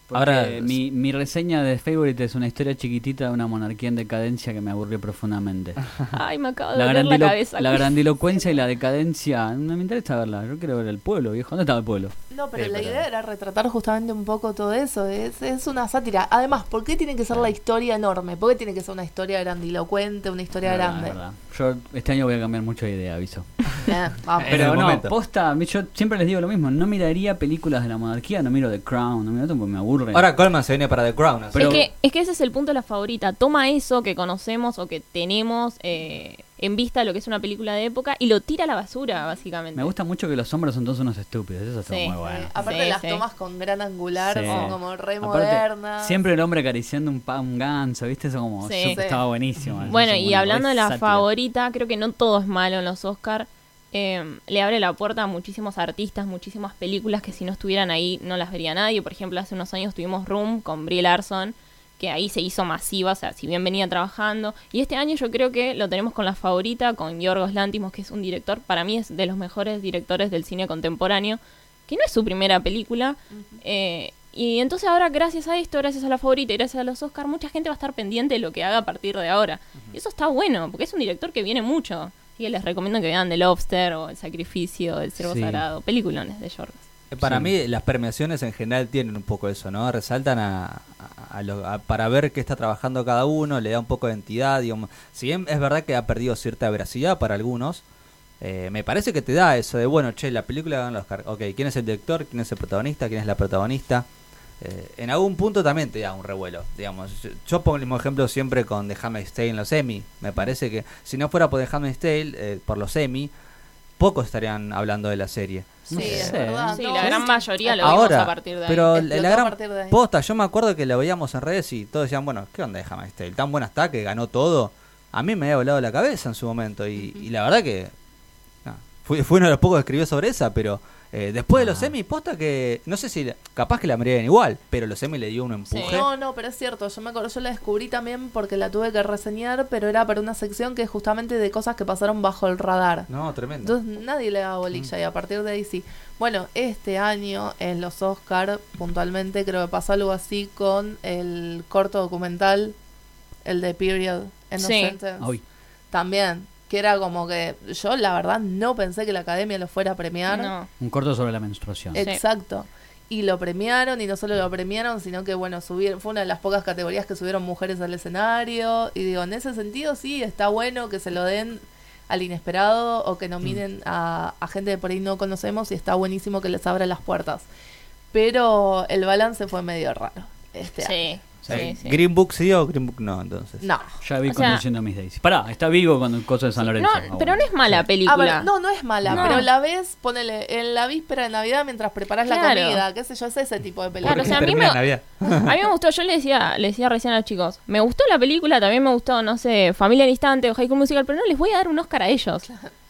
[SPEAKER 2] Porque
[SPEAKER 1] Ahora-
[SPEAKER 2] mi, mi reseña de Favorite es una historia chiquitita de una monarquía en decadencia que me aburrió profundamente.
[SPEAKER 3] Ay, me acabo de
[SPEAKER 2] La,
[SPEAKER 3] doler la
[SPEAKER 2] grandilo-
[SPEAKER 3] cabeza.
[SPEAKER 2] la grandilocuencia y la decadencia, no me interesa verla. Yo quiero ver el pueblo, viejo. ¿Dónde estaba el pueblo?
[SPEAKER 4] No, pero
[SPEAKER 1] Sí,
[SPEAKER 4] la
[SPEAKER 1] pero-
[SPEAKER 4] idea era retratar justamente un poco todo eso. Es, es una sátira. Además, ¿por qué tiene que ser la historia enorme? ¿Por qué tiene que ser una historia grandilocuente, una historia
[SPEAKER 2] Verdad,
[SPEAKER 4] grande?
[SPEAKER 2] verdad. Yo este año voy a cambiar mucho de idea, aviso.
[SPEAKER 4] Eh, vamos.
[SPEAKER 1] En
[SPEAKER 2] Pero
[SPEAKER 1] el
[SPEAKER 2] no,
[SPEAKER 1] momento.
[SPEAKER 2] posta, yo siempre les digo lo mismo, no miraría películas de la monarquía, no miro The Crown, no miro otro porque me aburre.
[SPEAKER 1] Ahora Coleman se viene para The Crown. así.
[SPEAKER 2] Pero-
[SPEAKER 3] es, que, es que ese es el punto de la favorita. Toma eso que conocemos o que tenemos eh, en vista de lo que es una película de época y lo tira a la basura, básicamente.
[SPEAKER 2] me gusta mucho que los hombres son todos unos estúpidos, eso está
[SPEAKER 3] Sí.
[SPEAKER 2] muy
[SPEAKER 3] Sí.
[SPEAKER 2] bueno.
[SPEAKER 4] Aparte,
[SPEAKER 3] Sí,
[SPEAKER 4] las
[SPEAKER 3] sí.
[SPEAKER 4] tomas con gran angular
[SPEAKER 2] Sí.
[SPEAKER 4] son como re
[SPEAKER 2] Aparte,
[SPEAKER 4] modernas.
[SPEAKER 2] Siempre el hombre acariciando un, pa- un ganso, ¿viste? Eso como
[SPEAKER 3] Sí.
[SPEAKER 2] sup-
[SPEAKER 4] Sí.
[SPEAKER 2] estaba buenísimo. eso
[SPEAKER 3] Bueno,
[SPEAKER 2] es
[SPEAKER 3] y
[SPEAKER 2] una
[SPEAKER 3] hablando de la
[SPEAKER 2] sátira.
[SPEAKER 3] favorita, creo que no todo es malo en los Oscar. Eh, le abre la puerta a muchísimos artistas, muchísimas películas que si no estuvieran ahí no las vería nadie. Por ejemplo, hace unos años tuvimos Room con Brie Larson, que ahí se hizo masiva, o sea, si bien venía trabajando. Y este año yo creo que lo tenemos con la favorita, con Yorgos Lantimos, que es un director, para mí es de los mejores directores del cine contemporáneo, que no es su primera película. Eh, y entonces ahora, gracias a esto, gracias a la favorita y gracias a los Oscar, mucha gente va a estar pendiente de lo que haga a partir de ahora. Y eso está bueno, porque es un director que viene mucho. Así que les recomiendo que vean The Lobster o El Sacrificio, El Cervo
[SPEAKER 2] Sí.
[SPEAKER 3] Sagrado, peliculones de Yorgos.
[SPEAKER 1] Eh, Para
[SPEAKER 2] Sí.
[SPEAKER 1] mí las premiaciones en general tienen un poco eso, ¿no? Resaltan a, a- a lo- a- para ver qué está trabajando cada uno, le da un poco de entidad. Digamos. Si bien es verdad que ha perdido cierta veracidad para algunos, eh, me parece que te da eso de, bueno, che, la película ganó los Oscar. Ok, ¿quién es el director? ¿Quién es el protagonista? ¿Quién es la protagonista? Eh, en algún punto también te da un revuelo, digamos. Yo, yo pongo el mismo ejemplo siempre con The Handmaid's Tale en los Emmy. Me parece que si no fuera por The Handmaid's Tale, eh, por los Emmy, pocos estarían hablando de la serie. Eh,
[SPEAKER 4] Sí,
[SPEAKER 2] No
[SPEAKER 4] es
[SPEAKER 2] sé.
[SPEAKER 4] verdad.
[SPEAKER 3] Sí,
[SPEAKER 4] no, Este,
[SPEAKER 3] la gran mayoría lo vimos
[SPEAKER 1] Ahora,
[SPEAKER 3] a partir de ahí.
[SPEAKER 1] pero la-
[SPEAKER 4] Explotó
[SPEAKER 1] la
[SPEAKER 4] a
[SPEAKER 1] gran
[SPEAKER 4] partir de ahí.
[SPEAKER 1] posta, yo me acuerdo que la veíamos en redes y todos decían, bueno, ¿qué onda de Handmaid's Tale? Tan buena está que ganó todo. A mí me había volado la cabeza en su momento y, y la verdad que no, fui, fui uno de los pocos que escribió sobre esa, pero eh, después de los
[SPEAKER 2] Ah.
[SPEAKER 1] semis, posta que, no sé si, la- capaz que la mirarían igual, pero los semis le dio un empuje.
[SPEAKER 3] Sí.
[SPEAKER 4] No, no, pero es cierto, yo me acuerdo, yo la descubrí también porque la tuve que reseñar, pero era para una sección que es justamente de cosas que pasaron bajo el radar.
[SPEAKER 1] No, tremendo.
[SPEAKER 4] Entonces nadie le da bolilla y a partir de ahí sí. Bueno, este año en los Oscar puntualmente creo que pasó algo así con el corto documental, el de Period Innocence.
[SPEAKER 2] Ay,
[SPEAKER 4] También, que era como que yo la verdad no pensé que la academia lo fuera a premiar.
[SPEAKER 3] No.
[SPEAKER 2] un corto sobre la menstruación.
[SPEAKER 3] Eh,
[SPEAKER 4] Exacto. Y lo premiaron, y no solo lo premiaron, sino que, bueno, subieron, fue una de las pocas categorías que subieron mujeres al escenario. Y digo, en ese sentido sí, está bueno que se lo den al inesperado o que nominen a, a gente que por ahí no conocemos y está buenísimo que les abra las puertas. Pero el balance fue medio raro. Este año.
[SPEAKER 3] Sí, sí, sí.
[SPEAKER 1] Green Book sí o Green Book no, entonces.
[SPEAKER 4] No. Ah,
[SPEAKER 2] Ya vi
[SPEAKER 3] O sea-
[SPEAKER 2] conduciendo mis days. Pará, está vivo con el coso de San Lorenzo. Ah,
[SPEAKER 3] No, pero no
[SPEAKER 2] bueno.
[SPEAKER 3] es mala película.
[SPEAKER 4] A ver, no, no es mala,
[SPEAKER 3] No.
[SPEAKER 4] pero la ves, ponele, en la víspera de Navidad mientras preparas
[SPEAKER 3] Claro.
[SPEAKER 4] la comida, qué sé yo, es ese tipo de película.
[SPEAKER 3] Claro, o sea, a mí me,
[SPEAKER 1] Termina Navidad.
[SPEAKER 3] a mí me gustó, yo le decía, le decía recién a los chicos, me gustó la película, también me gustó, no sé, Familia al Instante o High School Musical, pero no les voy a dar un Oscar a ellos.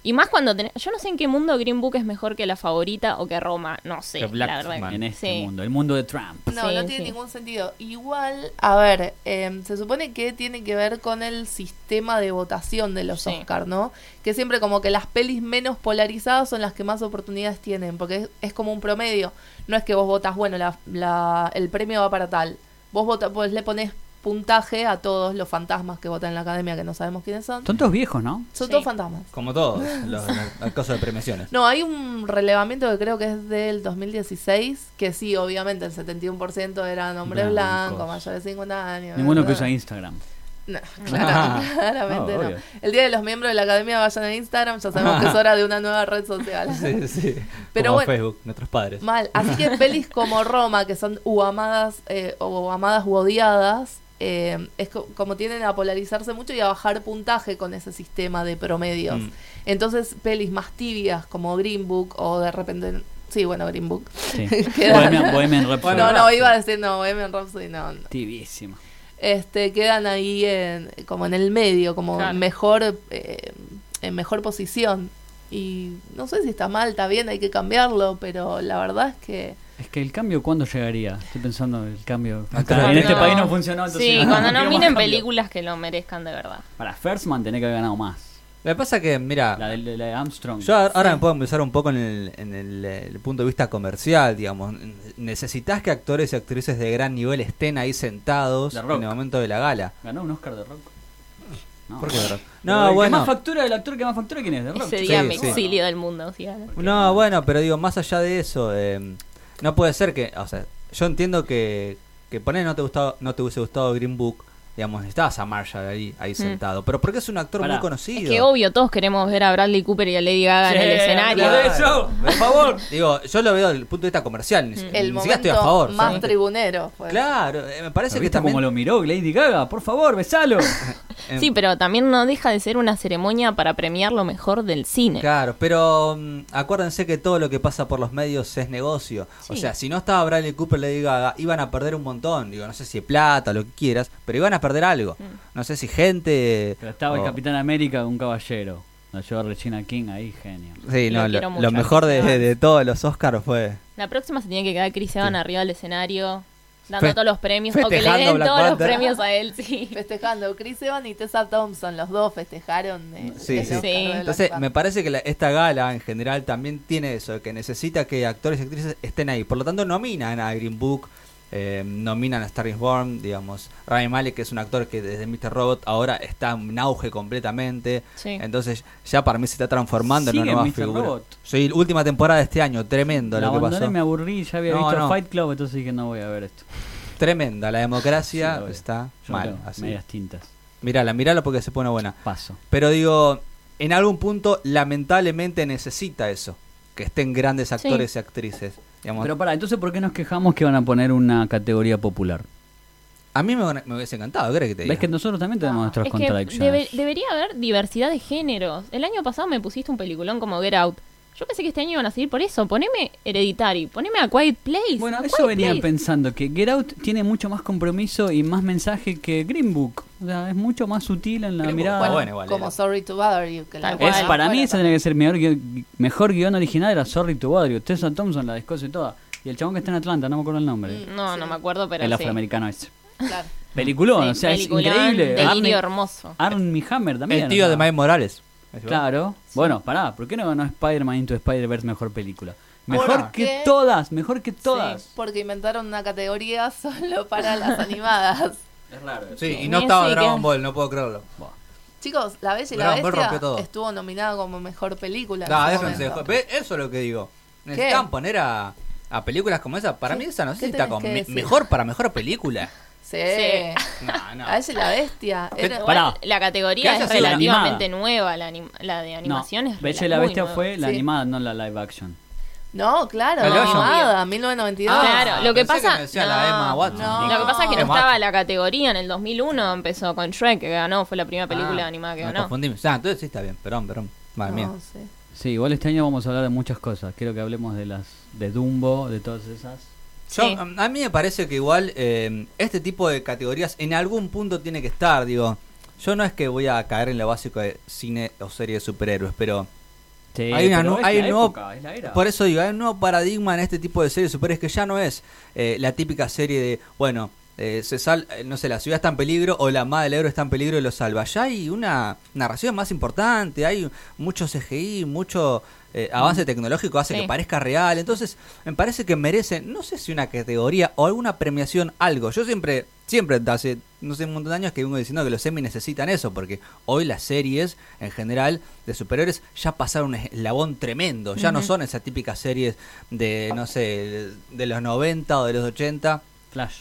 [SPEAKER 3] Y más cuando tenés, yo no sé en qué mundo Green Book es mejor que la favorita o que Roma, no sé,
[SPEAKER 1] Que Black
[SPEAKER 3] la verdad.
[SPEAKER 1] Man.
[SPEAKER 2] En este
[SPEAKER 3] Sí.
[SPEAKER 2] mundo, el mundo de Trump.
[SPEAKER 4] No,
[SPEAKER 3] Sí,
[SPEAKER 4] no tiene
[SPEAKER 3] sí.
[SPEAKER 4] ningún sentido. Igual, a ver, eh, se supone que tiene que ver con el sistema de votación de los
[SPEAKER 3] Sí.
[SPEAKER 4] Oscars, ¿no? Que siempre como que las pelis menos polarizadas son las que más oportunidades tienen, porque es, es como un promedio. No es que vos votas, bueno, la, la- el premio va para tal. Vos vota, pues le pones puntaje a todos los fantasmas que votan en la academia, que no sabemos quiénes son.
[SPEAKER 2] Son todos viejos, ¿no?
[SPEAKER 4] Son
[SPEAKER 3] Sí.
[SPEAKER 4] todos fantasmas.
[SPEAKER 1] Como todos, los, los casos de premiaciones.
[SPEAKER 4] No, hay un relevamiento que creo que es del 2016, que sí, obviamente el 71% eran hombres
[SPEAKER 2] Blancos.
[SPEAKER 4] blancos, mayores de 50 años.
[SPEAKER 2] Ninguno que
[SPEAKER 4] ¿verdad?
[SPEAKER 2] usa Instagram.
[SPEAKER 4] No,
[SPEAKER 1] Ah.
[SPEAKER 4] claramente
[SPEAKER 2] No,
[SPEAKER 4] no.
[SPEAKER 2] obvio.
[SPEAKER 4] El día de los miembros de la academia vayan a Instagram, ya sabemos que es hora de una nueva red social.
[SPEAKER 1] Sí, sí.
[SPEAKER 4] Pero
[SPEAKER 1] Como
[SPEAKER 4] bueno.
[SPEAKER 1] Facebook, nuestros padres.
[SPEAKER 4] Mal. Así que pelis como Roma, que son u amadas, eh, o amadas u odiadas, eh, es co- como tienden a polarizarse mucho y a bajar puntaje con ese sistema de promedios.
[SPEAKER 1] Mm.
[SPEAKER 4] Entonces, pelis más tibias como Green Book o de repente... Sí, bueno, Green Book.
[SPEAKER 2] Sí.
[SPEAKER 4] Queda-
[SPEAKER 2] Bohemian, Bohemian Rhapsody.
[SPEAKER 4] no, no,
[SPEAKER 1] Ah, Rhapsody.
[SPEAKER 4] iba a decir no, Bohemian Rhapsody, no, no.
[SPEAKER 2] Tibiísima.
[SPEAKER 4] este, quedan ahí en- como en el medio, como
[SPEAKER 3] Claro.
[SPEAKER 4] mejor, eh, en mejor posición. Y no sé si está mal, está bien, hay que cambiarlo, pero la verdad es que...
[SPEAKER 2] Es que el cambio, ¿cuándo llegaría? Estoy pensando en el cambio.
[SPEAKER 1] Cuando-
[SPEAKER 2] en este país no funcionó. entonces
[SPEAKER 3] Sí,
[SPEAKER 2] no
[SPEAKER 3] cuando
[SPEAKER 2] quiero más
[SPEAKER 3] nominen
[SPEAKER 2] cambio.
[SPEAKER 3] películas que lo merezcan de verdad.
[SPEAKER 2] Para Firstman tenés que haber ganado más.
[SPEAKER 1] Lo que pasa es que, mira,
[SPEAKER 2] La de, la de Armstrong.
[SPEAKER 1] Yo a- ahora
[SPEAKER 4] Sí.
[SPEAKER 1] me puedo empezar un poco en, el, en el, eh, el punto de vista comercial, digamos. N- Necesitas que actores y actrices de gran nivel estén ahí sentados
[SPEAKER 2] The
[SPEAKER 1] en
[SPEAKER 2] Rock.
[SPEAKER 1] el momento de la gala.
[SPEAKER 2] Ganó un Oscar de rock. No,
[SPEAKER 1] ¿Por qué, The Rock?
[SPEAKER 2] Pero
[SPEAKER 1] No,
[SPEAKER 2] el que
[SPEAKER 1] bueno.
[SPEAKER 2] más factura, el actor que más factura, ¿quién es? De rock.
[SPEAKER 3] Ese
[SPEAKER 2] chicos.
[SPEAKER 3] día
[SPEAKER 1] Sí,
[SPEAKER 3] me
[SPEAKER 1] sí.
[SPEAKER 3] exilio del mundo, o sea.
[SPEAKER 1] No, bueno, pero digo, más allá de eso, eh, no puede ser que, o sea, yo entiendo que, que poner no te gustado, no te hubiese gustado Green Book, digamos, estabas a Marshall ahí, ahí sentado, pero porque es un actor
[SPEAKER 2] Pará.
[SPEAKER 1] muy conocido.
[SPEAKER 3] Es que obvio, todos queremos ver a Bradley Cooper y a Lady Gaga en el
[SPEAKER 2] Sí,
[SPEAKER 3] escenario.
[SPEAKER 2] habla de eso, por favor.
[SPEAKER 1] Digo, yo lo veo desde el punto de vista
[SPEAKER 3] Mm.
[SPEAKER 1] comercial, ni, ni
[SPEAKER 4] El
[SPEAKER 1] siquiera
[SPEAKER 4] momento
[SPEAKER 1] estoy a favor.
[SPEAKER 4] más
[SPEAKER 1] solamente-
[SPEAKER 4] tribunero. pues. fue.
[SPEAKER 1] Claro, eh, me parece que
[SPEAKER 2] ¿Viste
[SPEAKER 1] también...
[SPEAKER 2] cómo lo miró Lady Gaga? Por favor, besalo.
[SPEAKER 1] eh,
[SPEAKER 3] Sí, pero también no deja de ser una ceremonia para premiar lo mejor del cine.
[SPEAKER 1] Claro, pero mm, acuérdense que todo lo que pasa por los medios es negocio. O
[SPEAKER 3] Sí.
[SPEAKER 1] sea, si no estaba Bradley Cooper, le diga, iban a perder un montón. Digo, no sé si plata, lo que quieras, pero iban a perder algo.
[SPEAKER 3] Mm.
[SPEAKER 1] No sé si gente.
[SPEAKER 2] Pero estaba el
[SPEAKER 1] o-
[SPEAKER 2] Capitán América, un caballero. La llevó a Regina King ahí, genio.
[SPEAKER 1] Sí,
[SPEAKER 3] Lo
[SPEAKER 1] no, lo,
[SPEAKER 3] quiero
[SPEAKER 1] lo
[SPEAKER 3] mucho. Ah.
[SPEAKER 1] mejor de, de todos los Oscars fue.
[SPEAKER 3] La próxima se tiene que quedar Chris Evans arriba del escenario, dando
[SPEAKER 1] Fe-
[SPEAKER 3] todos los premios, o que le
[SPEAKER 1] festejando
[SPEAKER 3] den
[SPEAKER 1] Black
[SPEAKER 3] todos los
[SPEAKER 1] Panther.
[SPEAKER 3] premios a él, sí.
[SPEAKER 4] Festejando Chris Evans y Tessa Thompson, los dos festejaron. eh,
[SPEAKER 1] Sí,
[SPEAKER 4] el
[SPEAKER 1] sí.
[SPEAKER 4] Oscar
[SPEAKER 3] Sí.
[SPEAKER 4] de Black
[SPEAKER 1] Entonces,
[SPEAKER 4] Panther.
[SPEAKER 1] me parece que la- esta gala en general también tiene eso, que necesita que actores y actrices estén ahí. Por lo tanto, nominan a Green Book, eh, nominan a Star is Born, digamos. Ryan Malek, que es un actor que desde Mr. Robot ahora está en auge completamente.
[SPEAKER 3] Sí.
[SPEAKER 1] Entonces, ya para mí se está transformando en
[SPEAKER 2] ¿Sigue
[SPEAKER 1] una nueva
[SPEAKER 2] Mr.
[SPEAKER 1] figura.
[SPEAKER 2] Robot?
[SPEAKER 1] Sí, última temporada de este año, tremendo
[SPEAKER 2] la
[SPEAKER 1] lo que
[SPEAKER 2] abandoné,
[SPEAKER 1] pasó.
[SPEAKER 2] me aburrí, ya había
[SPEAKER 1] No,
[SPEAKER 2] visto
[SPEAKER 1] no.
[SPEAKER 2] Fight Club, entonces dije no voy a ver esto.
[SPEAKER 1] Tremenda, la
[SPEAKER 2] Sí,
[SPEAKER 1] democracia
[SPEAKER 2] lo veo.
[SPEAKER 1] está
[SPEAKER 2] Yo
[SPEAKER 1] mal.
[SPEAKER 2] tengo
[SPEAKER 1] Así.
[SPEAKER 2] Medias tintas.
[SPEAKER 1] Mírala, mírala porque se pone buena.
[SPEAKER 2] Paso.
[SPEAKER 1] Pero digo, en algún punto lamentablemente necesita eso, que estén grandes actores y actrices. digamos.
[SPEAKER 2] Pero pará, entonces ¿por qué nos quejamos que van a poner una categoría popular?
[SPEAKER 1] a mí me, me hubiese encantado, ¿crees que te diga?
[SPEAKER 2] ¿Ves que nosotros también tenemos nuestras
[SPEAKER 3] Ah, Es que debe-
[SPEAKER 2] contradicciones?
[SPEAKER 3] debería haber diversidad de géneros. El año pasado me pusiste un peliculón como Get Out. Yo pensé que este año iban a seguir por eso. Poneme Hereditary, poneme A Quiet Place.
[SPEAKER 2] Bueno,
[SPEAKER 3] A
[SPEAKER 2] eso
[SPEAKER 3] Quiet
[SPEAKER 2] venía
[SPEAKER 3] Place.
[SPEAKER 2] pensando, que Get Out tiene mucho más compromiso y más mensaje que Green Book. O sea, es mucho más sutil en la
[SPEAKER 1] Green Book,
[SPEAKER 2] mirada.
[SPEAKER 1] bueno, igual
[SPEAKER 4] como
[SPEAKER 1] era.
[SPEAKER 4] Sorry to Bother You. Que la
[SPEAKER 3] Tal
[SPEAKER 4] dejaron
[SPEAKER 2] Es,
[SPEAKER 3] Bueno,
[SPEAKER 2] para mí
[SPEAKER 4] afuera
[SPEAKER 2] esa
[SPEAKER 4] también.
[SPEAKER 2] tendría que ser mejor guión, mejor guión original era Sorry to Bother You. Tessa Thompson la descoce toda. Y el chabón que está en Atlanta, no me acuerdo el nombre.
[SPEAKER 3] No, no me acuerdo, Mm, pero
[SPEAKER 2] el
[SPEAKER 3] sí.
[SPEAKER 2] afroamericano ese.
[SPEAKER 4] Claro.
[SPEAKER 2] Peliculón,
[SPEAKER 3] Sí,
[SPEAKER 2] o sea, es
[SPEAKER 3] peliculón,
[SPEAKER 2] increíble.
[SPEAKER 3] Delirio
[SPEAKER 2] Arnie,
[SPEAKER 3] hermoso.
[SPEAKER 2] Armie Hammer también.
[SPEAKER 1] El
[SPEAKER 2] o
[SPEAKER 1] tío
[SPEAKER 2] sea.
[SPEAKER 1] de Mike Morales.
[SPEAKER 2] Claro. Bueno, pará, ¿por qué no ganó Spider-Man Into Spider-Verse mejor película? Mejor
[SPEAKER 4] Porque-
[SPEAKER 2] que todas, mejor que todas.
[SPEAKER 4] Porque inventaron una categoría solo para las animadas.
[SPEAKER 2] Es raro.
[SPEAKER 1] Sí, y
[SPEAKER 3] Sí,
[SPEAKER 1] no estaba
[SPEAKER 3] sí,
[SPEAKER 1] Dragon
[SPEAKER 3] que-
[SPEAKER 1] Ball, no puedo creerlo.
[SPEAKER 4] Chicos, La Bella y
[SPEAKER 1] Dragon
[SPEAKER 4] la
[SPEAKER 1] Ball rompió todo.
[SPEAKER 4] Bestia estuvo nominada como mejor película. en
[SPEAKER 1] Nah,
[SPEAKER 4] su
[SPEAKER 1] déjense de
[SPEAKER 4] momento.
[SPEAKER 1] jo- ve, Eso es lo que digo. Necesitan poner a, a películas como esa. Para
[SPEAKER 4] ¿Qué-
[SPEAKER 1] mí esa no
[SPEAKER 4] qué
[SPEAKER 1] sé si está
[SPEAKER 4] tenés
[SPEAKER 1] con
[SPEAKER 4] que
[SPEAKER 1] me-
[SPEAKER 4] decir?
[SPEAKER 1] mejor para mejor película.
[SPEAKER 4] Sí.
[SPEAKER 3] Sí.
[SPEAKER 1] No, no.
[SPEAKER 4] La Bella y la Bestia.
[SPEAKER 1] ¿Qué-
[SPEAKER 4] Era-
[SPEAKER 3] Igual,
[SPEAKER 2] Pará.
[SPEAKER 3] La
[SPEAKER 1] Que
[SPEAKER 3] categoría
[SPEAKER 1] haya
[SPEAKER 3] es
[SPEAKER 1] sido la
[SPEAKER 3] relativamente
[SPEAKER 2] Ah. animada.
[SPEAKER 3] nueva, la, anim- la de animaciones. es
[SPEAKER 2] Bella y
[SPEAKER 3] rela-
[SPEAKER 2] la
[SPEAKER 3] muy
[SPEAKER 2] Bestia
[SPEAKER 3] nueva.
[SPEAKER 2] fue la
[SPEAKER 4] Sí.
[SPEAKER 2] animada, no la live action.
[SPEAKER 4] No, claro,
[SPEAKER 1] La
[SPEAKER 4] la
[SPEAKER 1] Live Action.
[SPEAKER 4] animada, 1992.
[SPEAKER 3] Ah, claro, lo que
[SPEAKER 1] pensé
[SPEAKER 3] pasa-
[SPEAKER 1] me decía la
[SPEAKER 4] No,
[SPEAKER 1] Emma Watson.
[SPEAKER 4] no.
[SPEAKER 1] Digo,
[SPEAKER 3] Lo que pasa es que no
[SPEAKER 1] Emma
[SPEAKER 3] estaba la categoría en el 2001, empezó con Shrek, que ganó, fue la primera película
[SPEAKER 1] Ah,
[SPEAKER 3] animada que
[SPEAKER 1] me
[SPEAKER 3] ganó.
[SPEAKER 1] confundí. Ah, entonces sí está bien, perdón, perdón. Madre mía.
[SPEAKER 4] No, sí.
[SPEAKER 2] Sí, igual este año vamos a hablar de muchas cosas. Quiero que hablemos de las de Dumbo, de todas esas.
[SPEAKER 1] Yo-
[SPEAKER 3] Sí.
[SPEAKER 1] a- A mí me parece que igual eh, este tipo de categorías en algún punto tiene que estar, digo. Yo no es que voy a caer en lo básico de cine o serie de superhéroes, pero
[SPEAKER 2] Sí,
[SPEAKER 1] hay, una
[SPEAKER 2] pero
[SPEAKER 1] nu-
[SPEAKER 2] es
[SPEAKER 1] hay
[SPEAKER 2] la
[SPEAKER 1] un nuevo,
[SPEAKER 2] época, es la era.
[SPEAKER 1] por eso digo, hay un nuevo paradigma en este tipo de series de superhéroes que ya no es eh, la típica serie de, bueno, eh, se sal, eh, no sé, la ciudad está en peligro o la madre del héroe está en peligro y lo salva. Ya hay una narración más importante, hay mucho CGI, mucho eh, avance tecnológico hace
[SPEAKER 3] Sí.
[SPEAKER 1] que parezca real. Entonces, me parece que merece, no sé si una categoría o alguna premiación, algo. Yo siempre, siempre, hace no sé, un montón de años que vengo diciendo que los semi necesitan eso, porque hoy las series en general de superiores ya pasaron un eslabón tremendo. Ya no son esas típicas series de, no sé, de, de los 90 o de los 80.
[SPEAKER 2] Flash.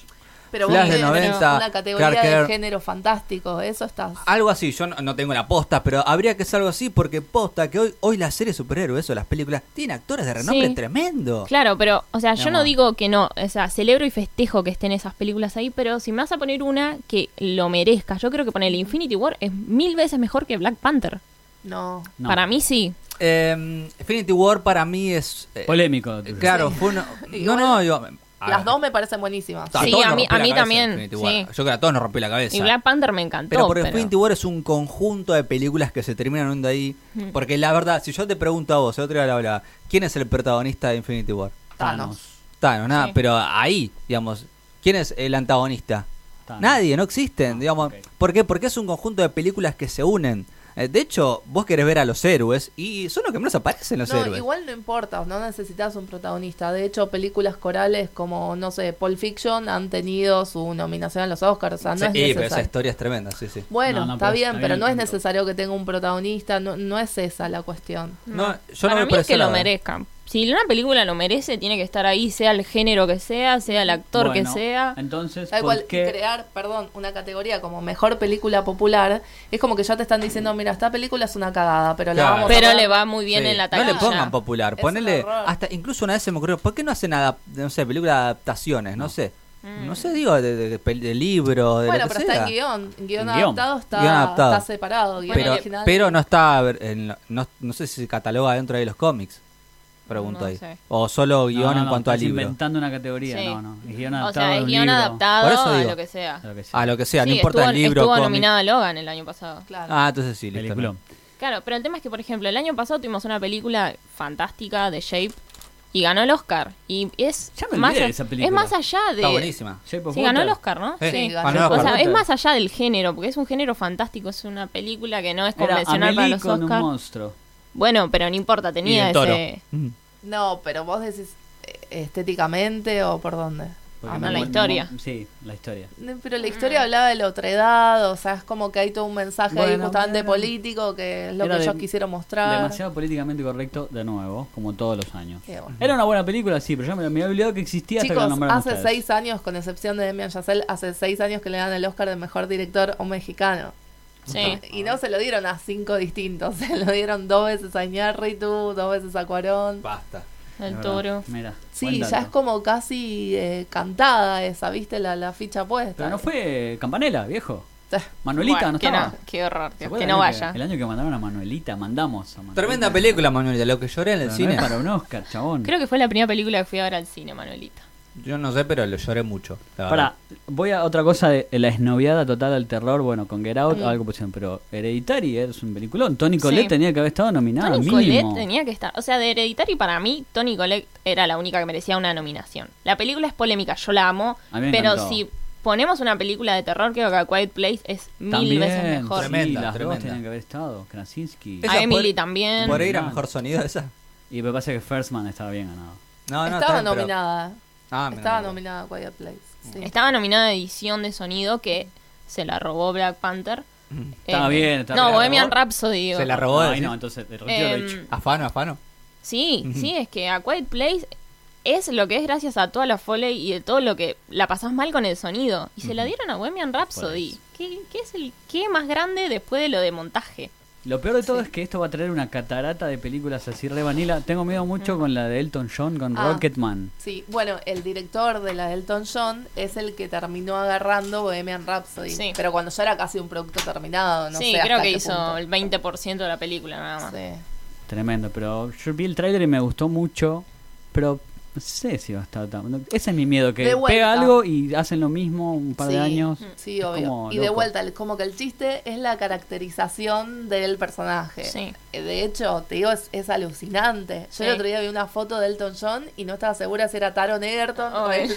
[SPEAKER 4] Pero
[SPEAKER 1] Flash
[SPEAKER 4] vos
[SPEAKER 1] de
[SPEAKER 4] tenés
[SPEAKER 1] 90,
[SPEAKER 4] una categoría
[SPEAKER 1] Clark
[SPEAKER 4] de
[SPEAKER 1] Kent.
[SPEAKER 4] género fantástico, eso estás.
[SPEAKER 1] Algo así, yo no, no tengo la posta, pero habría que ser algo así porque posta que hoy, hoy las series superhéroes o las películas tienen actores de renombre
[SPEAKER 3] Sí.
[SPEAKER 1] tremendo.
[SPEAKER 3] Claro, pero, o sea, yo
[SPEAKER 1] Digamos.
[SPEAKER 3] no digo que no, o sea, celebro y festejo que estén esas películas ahí, pero si me vas a poner una que lo merezca, yo creo que poner Infinity War es mil veces mejor que Black Panther.
[SPEAKER 4] No.
[SPEAKER 2] No.
[SPEAKER 3] Para mí sí.
[SPEAKER 1] Eh, Infinity War para mí es... eh,
[SPEAKER 2] Polémico.
[SPEAKER 1] eh, claro, fue una- No, no, digo... a
[SPEAKER 4] Las
[SPEAKER 1] ver,
[SPEAKER 4] dos me parecen buenísimas.
[SPEAKER 1] a
[SPEAKER 3] Sí,
[SPEAKER 1] todos
[SPEAKER 3] a
[SPEAKER 1] nos
[SPEAKER 3] mí-
[SPEAKER 1] rompió
[SPEAKER 3] a
[SPEAKER 1] la
[SPEAKER 3] mí
[SPEAKER 1] cabeza
[SPEAKER 3] también,
[SPEAKER 1] Infinity War.
[SPEAKER 3] sí.
[SPEAKER 1] Yo creo que a todos nos rompió la cabeza.
[SPEAKER 3] Y Black Panther me encantó.
[SPEAKER 1] Pero porque
[SPEAKER 3] pero-
[SPEAKER 1] Infinity War es un conjunto de películas que se terminan uniendo ahí. Porque la verdad, si yo te pregunto a vos, el otro día la hablaba, ¿quién es el protagonista de Infinity War?
[SPEAKER 4] Thanos.
[SPEAKER 1] Thanos, nada,
[SPEAKER 3] Sí.
[SPEAKER 1] pero ahí, digamos, ¿quién es el antagonista?
[SPEAKER 2] Thanos.
[SPEAKER 1] Nadie, no existen, digamos.
[SPEAKER 2] ok.
[SPEAKER 1] ¿Por qué? Porque es un conjunto de películas que se unen. Eh, de hecho, vos querés ver a los héroes y son los que menos aparecen los
[SPEAKER 4] no,
[SPEAKER 1] héroes.
[SPEAKER 4] igual no importa, no necesitas un protagonista. De hecho, películas corales como, no sé, Pulp Fiction han tenido su nominación en los Oscars. O sea, no
[SPEAKER 1] Sí,
[SPEAKER 4] es
[SPEAKER 1] eh, pero esa
[SPEAKER 4] necesario.
[SPEAKER 1] historia es tremenda, sí, sí.
[SPEAKER 4] Bueno,
[SPEAKER 2] No, no,
[SPEAKER 4] está
[SPEAKER 2] pero
[SPEAKER 4] bien,
[SPEAKER 2] está
[SPEAKER 4] pero
[SPEAKER 2] bien
[SPEAKER 4] no es
[SPEAKER 2] el punto.
[SPEAKER 4] necesario que tenga un protagonista, no, no es esa la cuestión.
[SPEAKER 1] No, yo no
[SPEAKER 3] Mm. Para
[SPEAKER 1] voy
[SPEAKER 3] mí
[SPEAKER 1] por
[SPEAKER 3] es
[SPEAKER 1] ese
[SPEAKER 3] que lo
[SPEAKER 1] lado.
[SPEAKER 3] merezcan. Si una película lo merece, tiene que estar ahí, sea el género que sea, sea el actor
[SPEAKER 2] Bueno,
[SPEAKER 3] que sea.
[SPEAKER 2] Entonces,
[SPEAKER 4] Tal cual,
[SPEAKER 2] ¿por qué?
[SPEAKER 4] crear, perdón, una categoría como mejor película popular, es como que ya te están diciendo, mira, esta película es una cagada, pero la
[SPEAKER 1] Claro.
[SPEAKER 4] vamos a
[SPEAKER 3] Pero
[SPEAKER 4] poner".
[SPEAKER 3] le va muy bien
[SPEAKER 1] Sí,
[SPEAKER 3] en la
[SPEAKER 1] No
[SPEAKER 3] taquilla.
[SPEAKER 1] le pongan popular,
[SPEAKER 4] Es
[SPEAKER 1] ponele.
[SPEAKER 4] un horror.
[SPEAKER 1] Hasta incluso una vez se me ocurrió, ¿por qué no hacen adap- no sé, películas de adaptaciones? No sé.
[SPEAKER 3] Mm.
[SPEAKER 1] No sé, digo, de, de, de pel- de libro, de
[SPEAKER 4] Bueno,
[SPEAKER 1] lo que
[SPEAKER 4] pero
[SPEAKER 1] sea.
[SPEAKER 4] está en guión, en guión
[SPEAKER 2] En guión.
[SPEAKER 4] adaptado está,
[SPEAKER 1] Guión adaptado.
[SPEAKER 4] está separado, guión
[SPEAKER 1] Pero,
[SPEAKER 4] original.
[SPEAKER 1] pero no está, ver- en la- no, no sé si se cataloga dentro de los cómics, pregunto
[SPEAKER 3] No
[SPEAKER 1] ahí.
[SPEAKER 3] sé.
[SPEAKER 1] O solo guión
[SPEAKER 2] No, no,
[SPEAKER 1] en
[SPEAKER 2] no,
[SPEAKER 1] cuanto a
[SPEAKER 2] estás
[SPEAKER 1] libro.
[SPEAKER 2] inventando una categoría,
[SPEAKER 3] Sí.
[SPEAKER 2] no, no. Es guión
[SPEAKER 3] O
[SPEAKER 2] adaptado.
[SPEAKER 3] sea,
[SPEAKER 2] de
[SPEAKER 3] es
[SPEAKER 2] un
[SPEAKER 3] guión
[SPEAKER 2] libro.
[SPEAKER 1] Por
[SPEAKER 3] adaptado
[SPEAKER 1] eso
[SPEAKER 3] a
[SPEAKER 1] digo.
[SPEAKER 3] lo que sea.
[SPEAKER 2] Lo que sea.
[SPEAKER 1] A lo que sea, no
[SPEAKER 3] Sí,
[SPEAKER 1] importa
[SPEAKER 3] estuvo,
[SPEAKER 1] el libro.
[SPEAKER 3] estuvo
[SPEAKER 1] cómic.
[SPEAKER 3] nominada Logan el año pasado.
[SPEAKER 4] Claro.
[SPEAKER 1] Ah, entonces sí, listo.
[SPEAKER 2] Peliculón.
[SPEAKER 3] Claro, pero el tema es que, por ejemplo, el año pasado tuvimos una película fantástica de Shape y ganó el Oscar. Y es,
[SPEAKER 2] Ya me
[SPEAKER 3] más,
[SPEAKER 2] olvidé
[SPEAKER 3] a-
[SPEAKER 2] de esa película.
[SPEAKER 3] es más allá de.
[SPEAKER 1] Está buenísima.
[SPEAKER 2] Shape of
[SPEAKER 3] Sí, ganó
[SPEAKER 2] Water.
[SPEAKER 3] el Oscar, ¿no?
[SPEAKER 1] Eh,
[SPEAKER 4] Sí,
[SPEAKER 1] ganó
[SPEAKER 4] ganó.
[SPEAKER 1] el
[SPEAKER 3] O
[SPEAKER 1] Oscar.
[SPEAKER 3] sea,
[SPEAKER 2] Water.
[SPEAKER 3] es más allá del género, porque es un género fantástico, es una película que no es
[SPEAKER 2] Era
[SPEAKER 3] convencional para
[SPEAKER 2] Amelie
[SPEAKER 3] los
[SPEAKER 2] con un
[SPEAKER 3] Oscars.
[SPEAKER 2] monstruo.
[SPEAKER 3] Bueno, pero no importa,
[SPEAKER 1] Y
[SPEAKER 3] tenía
[SPEAKER 1] del toro.
[SPEAKER 3] ese...
[SPEAKER 1] Mm.
[SPEAKER 4] No, pero vos decís eh, estéticamente o por dónde.
[SPEAKER 2] Porque
[SPEAKER 4] Ah,
[SPEAKER 2] me
[SPEAKER 3] no, la
[SPEAKER 2] mu-
[SPEAKER 4] bueno.
[SPEAKER 3] historia.
[SPEAKER 2] mu- Sí, la historia.
[SPEAKER 4] No, Pero
[SPEAKER 2] Mm.
[SPEAKER 4] la historia hablaba de la otredad, o sea, es como que hay todo un mensaje ahí
[SPEAKER 2] Bueno,
[SPEAKER 4] justamente
[SPEAKER 2] bueno.
[SPEAKER 4] político que es lo
[SPEAKER 2] Era
[SPEAKER 4] que
[SPEAKER 2] de-
[SPEAKER 4] ellos quisieron mostrar.
[SPEAKER 2] Demasiado políticamente correcto, de nuevo, como todos los años.
[SPEAKER 4] Y bueno.
[SPEAKER 2] Era una buena película, sí, pero yo me, me había olvidado que existía hasta que la
[SPEAKER 4] Chicos,
[SPEAKER 2] nombraron
[SPEAKER 4] hace
[SPEAKER 2] ustedes.
[SPEAKER 4] seis años, con excepción de Demian Chazelle, hace seis años que le dan el Oscar de Mejor Director a un mexicano.
[SPEAKER 3] Sí.
[SPEAKER 4] Y no se lo dieron a cinco distintos, se lo dieron dos veces a Iñárritu, dos veces a Cuarón.
[SPEAKER 1] Basta.
[SPEAKER 2] Es
[SPEAKER 3] El
[SPEAKER 2] verdad.
[SPEAKER 3] toro.
[SPEAKER 2] Mira, buen
[SPEAKER 4] Sí,
[SPEAKER 2] dato.
[SPEAKER 4] ya es como casi eh, cantada esa, ¿viste? La, la ficha puesta.
[SPEAKER 2] Pero no fue Campanela, viejo.
[SPEAKER 4] Eh,
[SPEAKER 2] Manuelita
[SPEAKER 3] Bueno,
[SPEAKER 2] no
[SPEAKER 3] que
[SPEAKER 2] estaba.
[SPEAKER 3] Qué horror,
[SPEAKER 2] ¿Se
[SPEAKER 3] Dios,
[SPEAKER 2] acuerdan
[SPEAKER 3] que
[SPEAKER 2] el
[SPEAKER 3] no
[SPEAKER 2] año
[SPEAKER 3] vaya.
[SPEAKER 2] el año que mandaron a Manuelita, mandamos a Manuelita.
[SPEAKER 1] Tremenda película, Manuelita. Lo que lloré en el
[SPEAKER 2] Pero no
[SPEAKER 1] cine.
[SPEAKER 2] es para un Oscar, chabón.
[SPEAKER 3] Creo que fue la primera película que fui a ver al cine, Manuelita.
[SPEAKER 1] Yo no sé, pero lo lloré mucho. la verdad.
[SPEAKER 2] Pará, voy a otra cosa de la esnoviada total al terror. Bueno, con Get Out algo pusieron, pero Hereditary eh, es un peliculón. Tony Collette
[SPEAKER 3] Sí.
[SPEAKER 2] tenía que haber estado nominada,
[SPEAKER 3] Toni
[SPEAKER 2] mínimo.
[SPEAKER 3] Collette tenía que estar. O sea, de Hereditary para mí, Toni Collette era la única que merecía una nominación. La película es polémica, yo la amo,
[SPEAKER 2] A mí me
[SPEAKER 3] pero
[SPEAKER 2] encantó.
[SPEAKER 3] si ponemos una película de terror, creo que A Quiet Place es mil
[SPEAKER 2] También,
[SPEAKER 3] veces mejor.
[SPEAKER 2] Sí,
[SPEAKER 1] Tremenda,
[SPEAKER 2] las
[SPEAKER 1] tremenda.
[SPEAKER 2] dos tenían que haber estado. Krasinski.
[SPEAKER 1] Esa
[SPEAKER 3] A Emily
[SPEAKER 1] podría-
[SPEAKER 3] también.
[SPEAKER 1] ¿Podré ir a
[SPEAKER 2] No.
[SPEAKER 1] mejor sonido esa?
[SPEAKER 2] Y me parece que First Man estaba bien ganado.
[SPEAKER 1] No, no,
[SPEAKER 4] estaba
[SPEAKER 1] está bien, pero-
[SPEAKER 4] nominada.
[SPEAKER 1] Ah, me
[SPEAKER 4] estaba
[SPEAKER 1] enamoré.
[SPEAKER 4] nominada a Quiet Place. sí.
[SPEAKER 3] Estaba nominada a edición de sonido que se la robó Black Panther.
[SPEAKER 2] Está
[SPEAKER 3] Eh,
[SPEAKER 2] bien, está
[SPEAKER 3] No,
[SPEAKER 2] bien.
[SPEAKER 3] Bohemian Rhapsody. digo.
[SPEAKER 1] Mm. Se la robó.
[SPEAKER 2] Ay,
[SPEAKER 1] decís.
[SPEAKER 2] no, entonces, retiro
[SPEAKER 3] Eh,
[SPEAKER 2] lo dicho.
[SPEAKER 1] Afano, afano.
[SPEAKER 3] Sí, sí, es que A Quiet Place es lo que es gracias a toda la foley y de todo lo que la pasás mal con el sonido. Y se la dieron a Bohemian Rhapsody. ¿Qué, qué es el qué más grande después de lo de montaje?
[SPEAKER 2] Lo peor de todo es que esto va a traer una catarata de películas así re vanilla. Tengo miedo mucho con la de Elton John, con
[SPEAKER 4] Ah.
[SPEAKER 2] Rocketman.
[SPEAKER 4] Sí, bueno, el director de la de Elton John es el que terminó agarrando Bohemian Rhapsody.
[SPEAKER 3] Sí.
[SPEAKER 4] Pero cuando ya era casi un producto terminado, no
[SPEAKER 3] sí,
[SPEAKER 4] sé
[SPEAKER 3] creo
[SPEAKER 4] hasta
[SPEAKER 3] que
[SPEAKER 4] qué
[SPEAKER 3] hizo
[SPEAKER 4] punto.
[SPEAKER 3] el 20% de la película nada más.
[SPEAKER 4] Sí.
[SPEAKER 2] Tremendo, pero yo vi el tráiler y me gustó mucho, pero no sé si va a estar tan... no, Ese es mi miedo, que
[SPEAKER 4] De vuelta.
[SPEAKER 2] pega algo y hacen lo mismo un par de
[SPEAKER 4] Sí,
[SPEAKER 3] Mm.
[SPEAKER 2] años.
[SPEAKER 4] Sí,
[SPEAKER 2] Es
[SPEAKER 4] obvio.
[SPEAKER 2] como
[SPEAKER 4] y de
[SPEAKER 2] loco.
[SPEAKER 4] vuelta, el- como que el chiste es la caracterización del personaje.
[SPEAKER 3] Sí.
[SPEAKER 4] Eh, De hecho, te digo, es, es alucinante. Yo
[SPEAKER 3] Sí.
[SPEAKER 4] el otro día vi una foto de Elton John y no estaba segura si era Taron Egerton.
[SPEAKER 3] Oh,
[SPEAKER 4] o
[SPEAKER 3] eh.
[SPEAKER 4] es,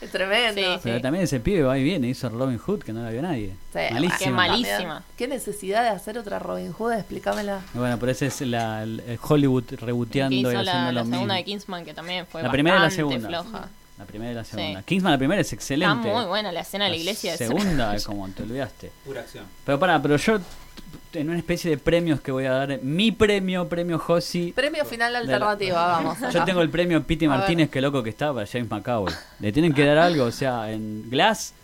[SPEAKER 4] es tremendo.
[SPEAKER 3] Sí.
[SPEAKER 2] Pero también ese pibe va y viene, hizo Robin Hood, que no la vio nadie.
[SPEAKER 4] Sí,
[SPEAKER 2] malísima.
[SPEAKER 3] Qué malísima.
[SPEAKER 4] Qué necesidad de hacer otra Robin Hood, explícamela.
[SPEAKER 2] Bueno, pero ese es la, el el Hollywood
[SPEAKER 3] Que
[SPEAKER 2] reboteando
[SPEAKER 3] hizo
[SPEAKER 2] y haciendo
[SPEAKER 3] la,
[SPEAKER 2] lo
[SPEAKER 3] la
[SPEAKER 2] mismo.
[SPEAKER 3] segunda de Kingsman que también fue
[SPEAKER 2] La primera y la
[SPEAKER 3] bastante
[SPEAKER 2] segunda.
[SPEAKER 3] floja.
[SPEAKER 2] La primera y la
[SPEAKER 3] Sí.
[SPEAKER 2] segunda. Kingsman, la primera es
[SPEAKER 3] Está
[SPEAKER 2] excelente.
[SPEAKER 3] muy buena la escena de la iglesia. es-
[SPEAKER 2] segunda es como te olvidaste.
[SPEAKER 1] Pura acción.
[SPEAKER 2] Pero pará, pero yo en una especie de premios que voy a dar, mi premio, premio Josi.
[SPEAKER 4] Premio final
[SPEAKER 2] de la-
[SPEAKER 4] alternativa, vamos.
[SPEAKER 2] Yo tengo el premio Piti
[SPEAKER 4] A
[SPEAKER 2] Martínez, que loco que está para James McAvoy. Le tienen que dar algo, o sea, en Glass,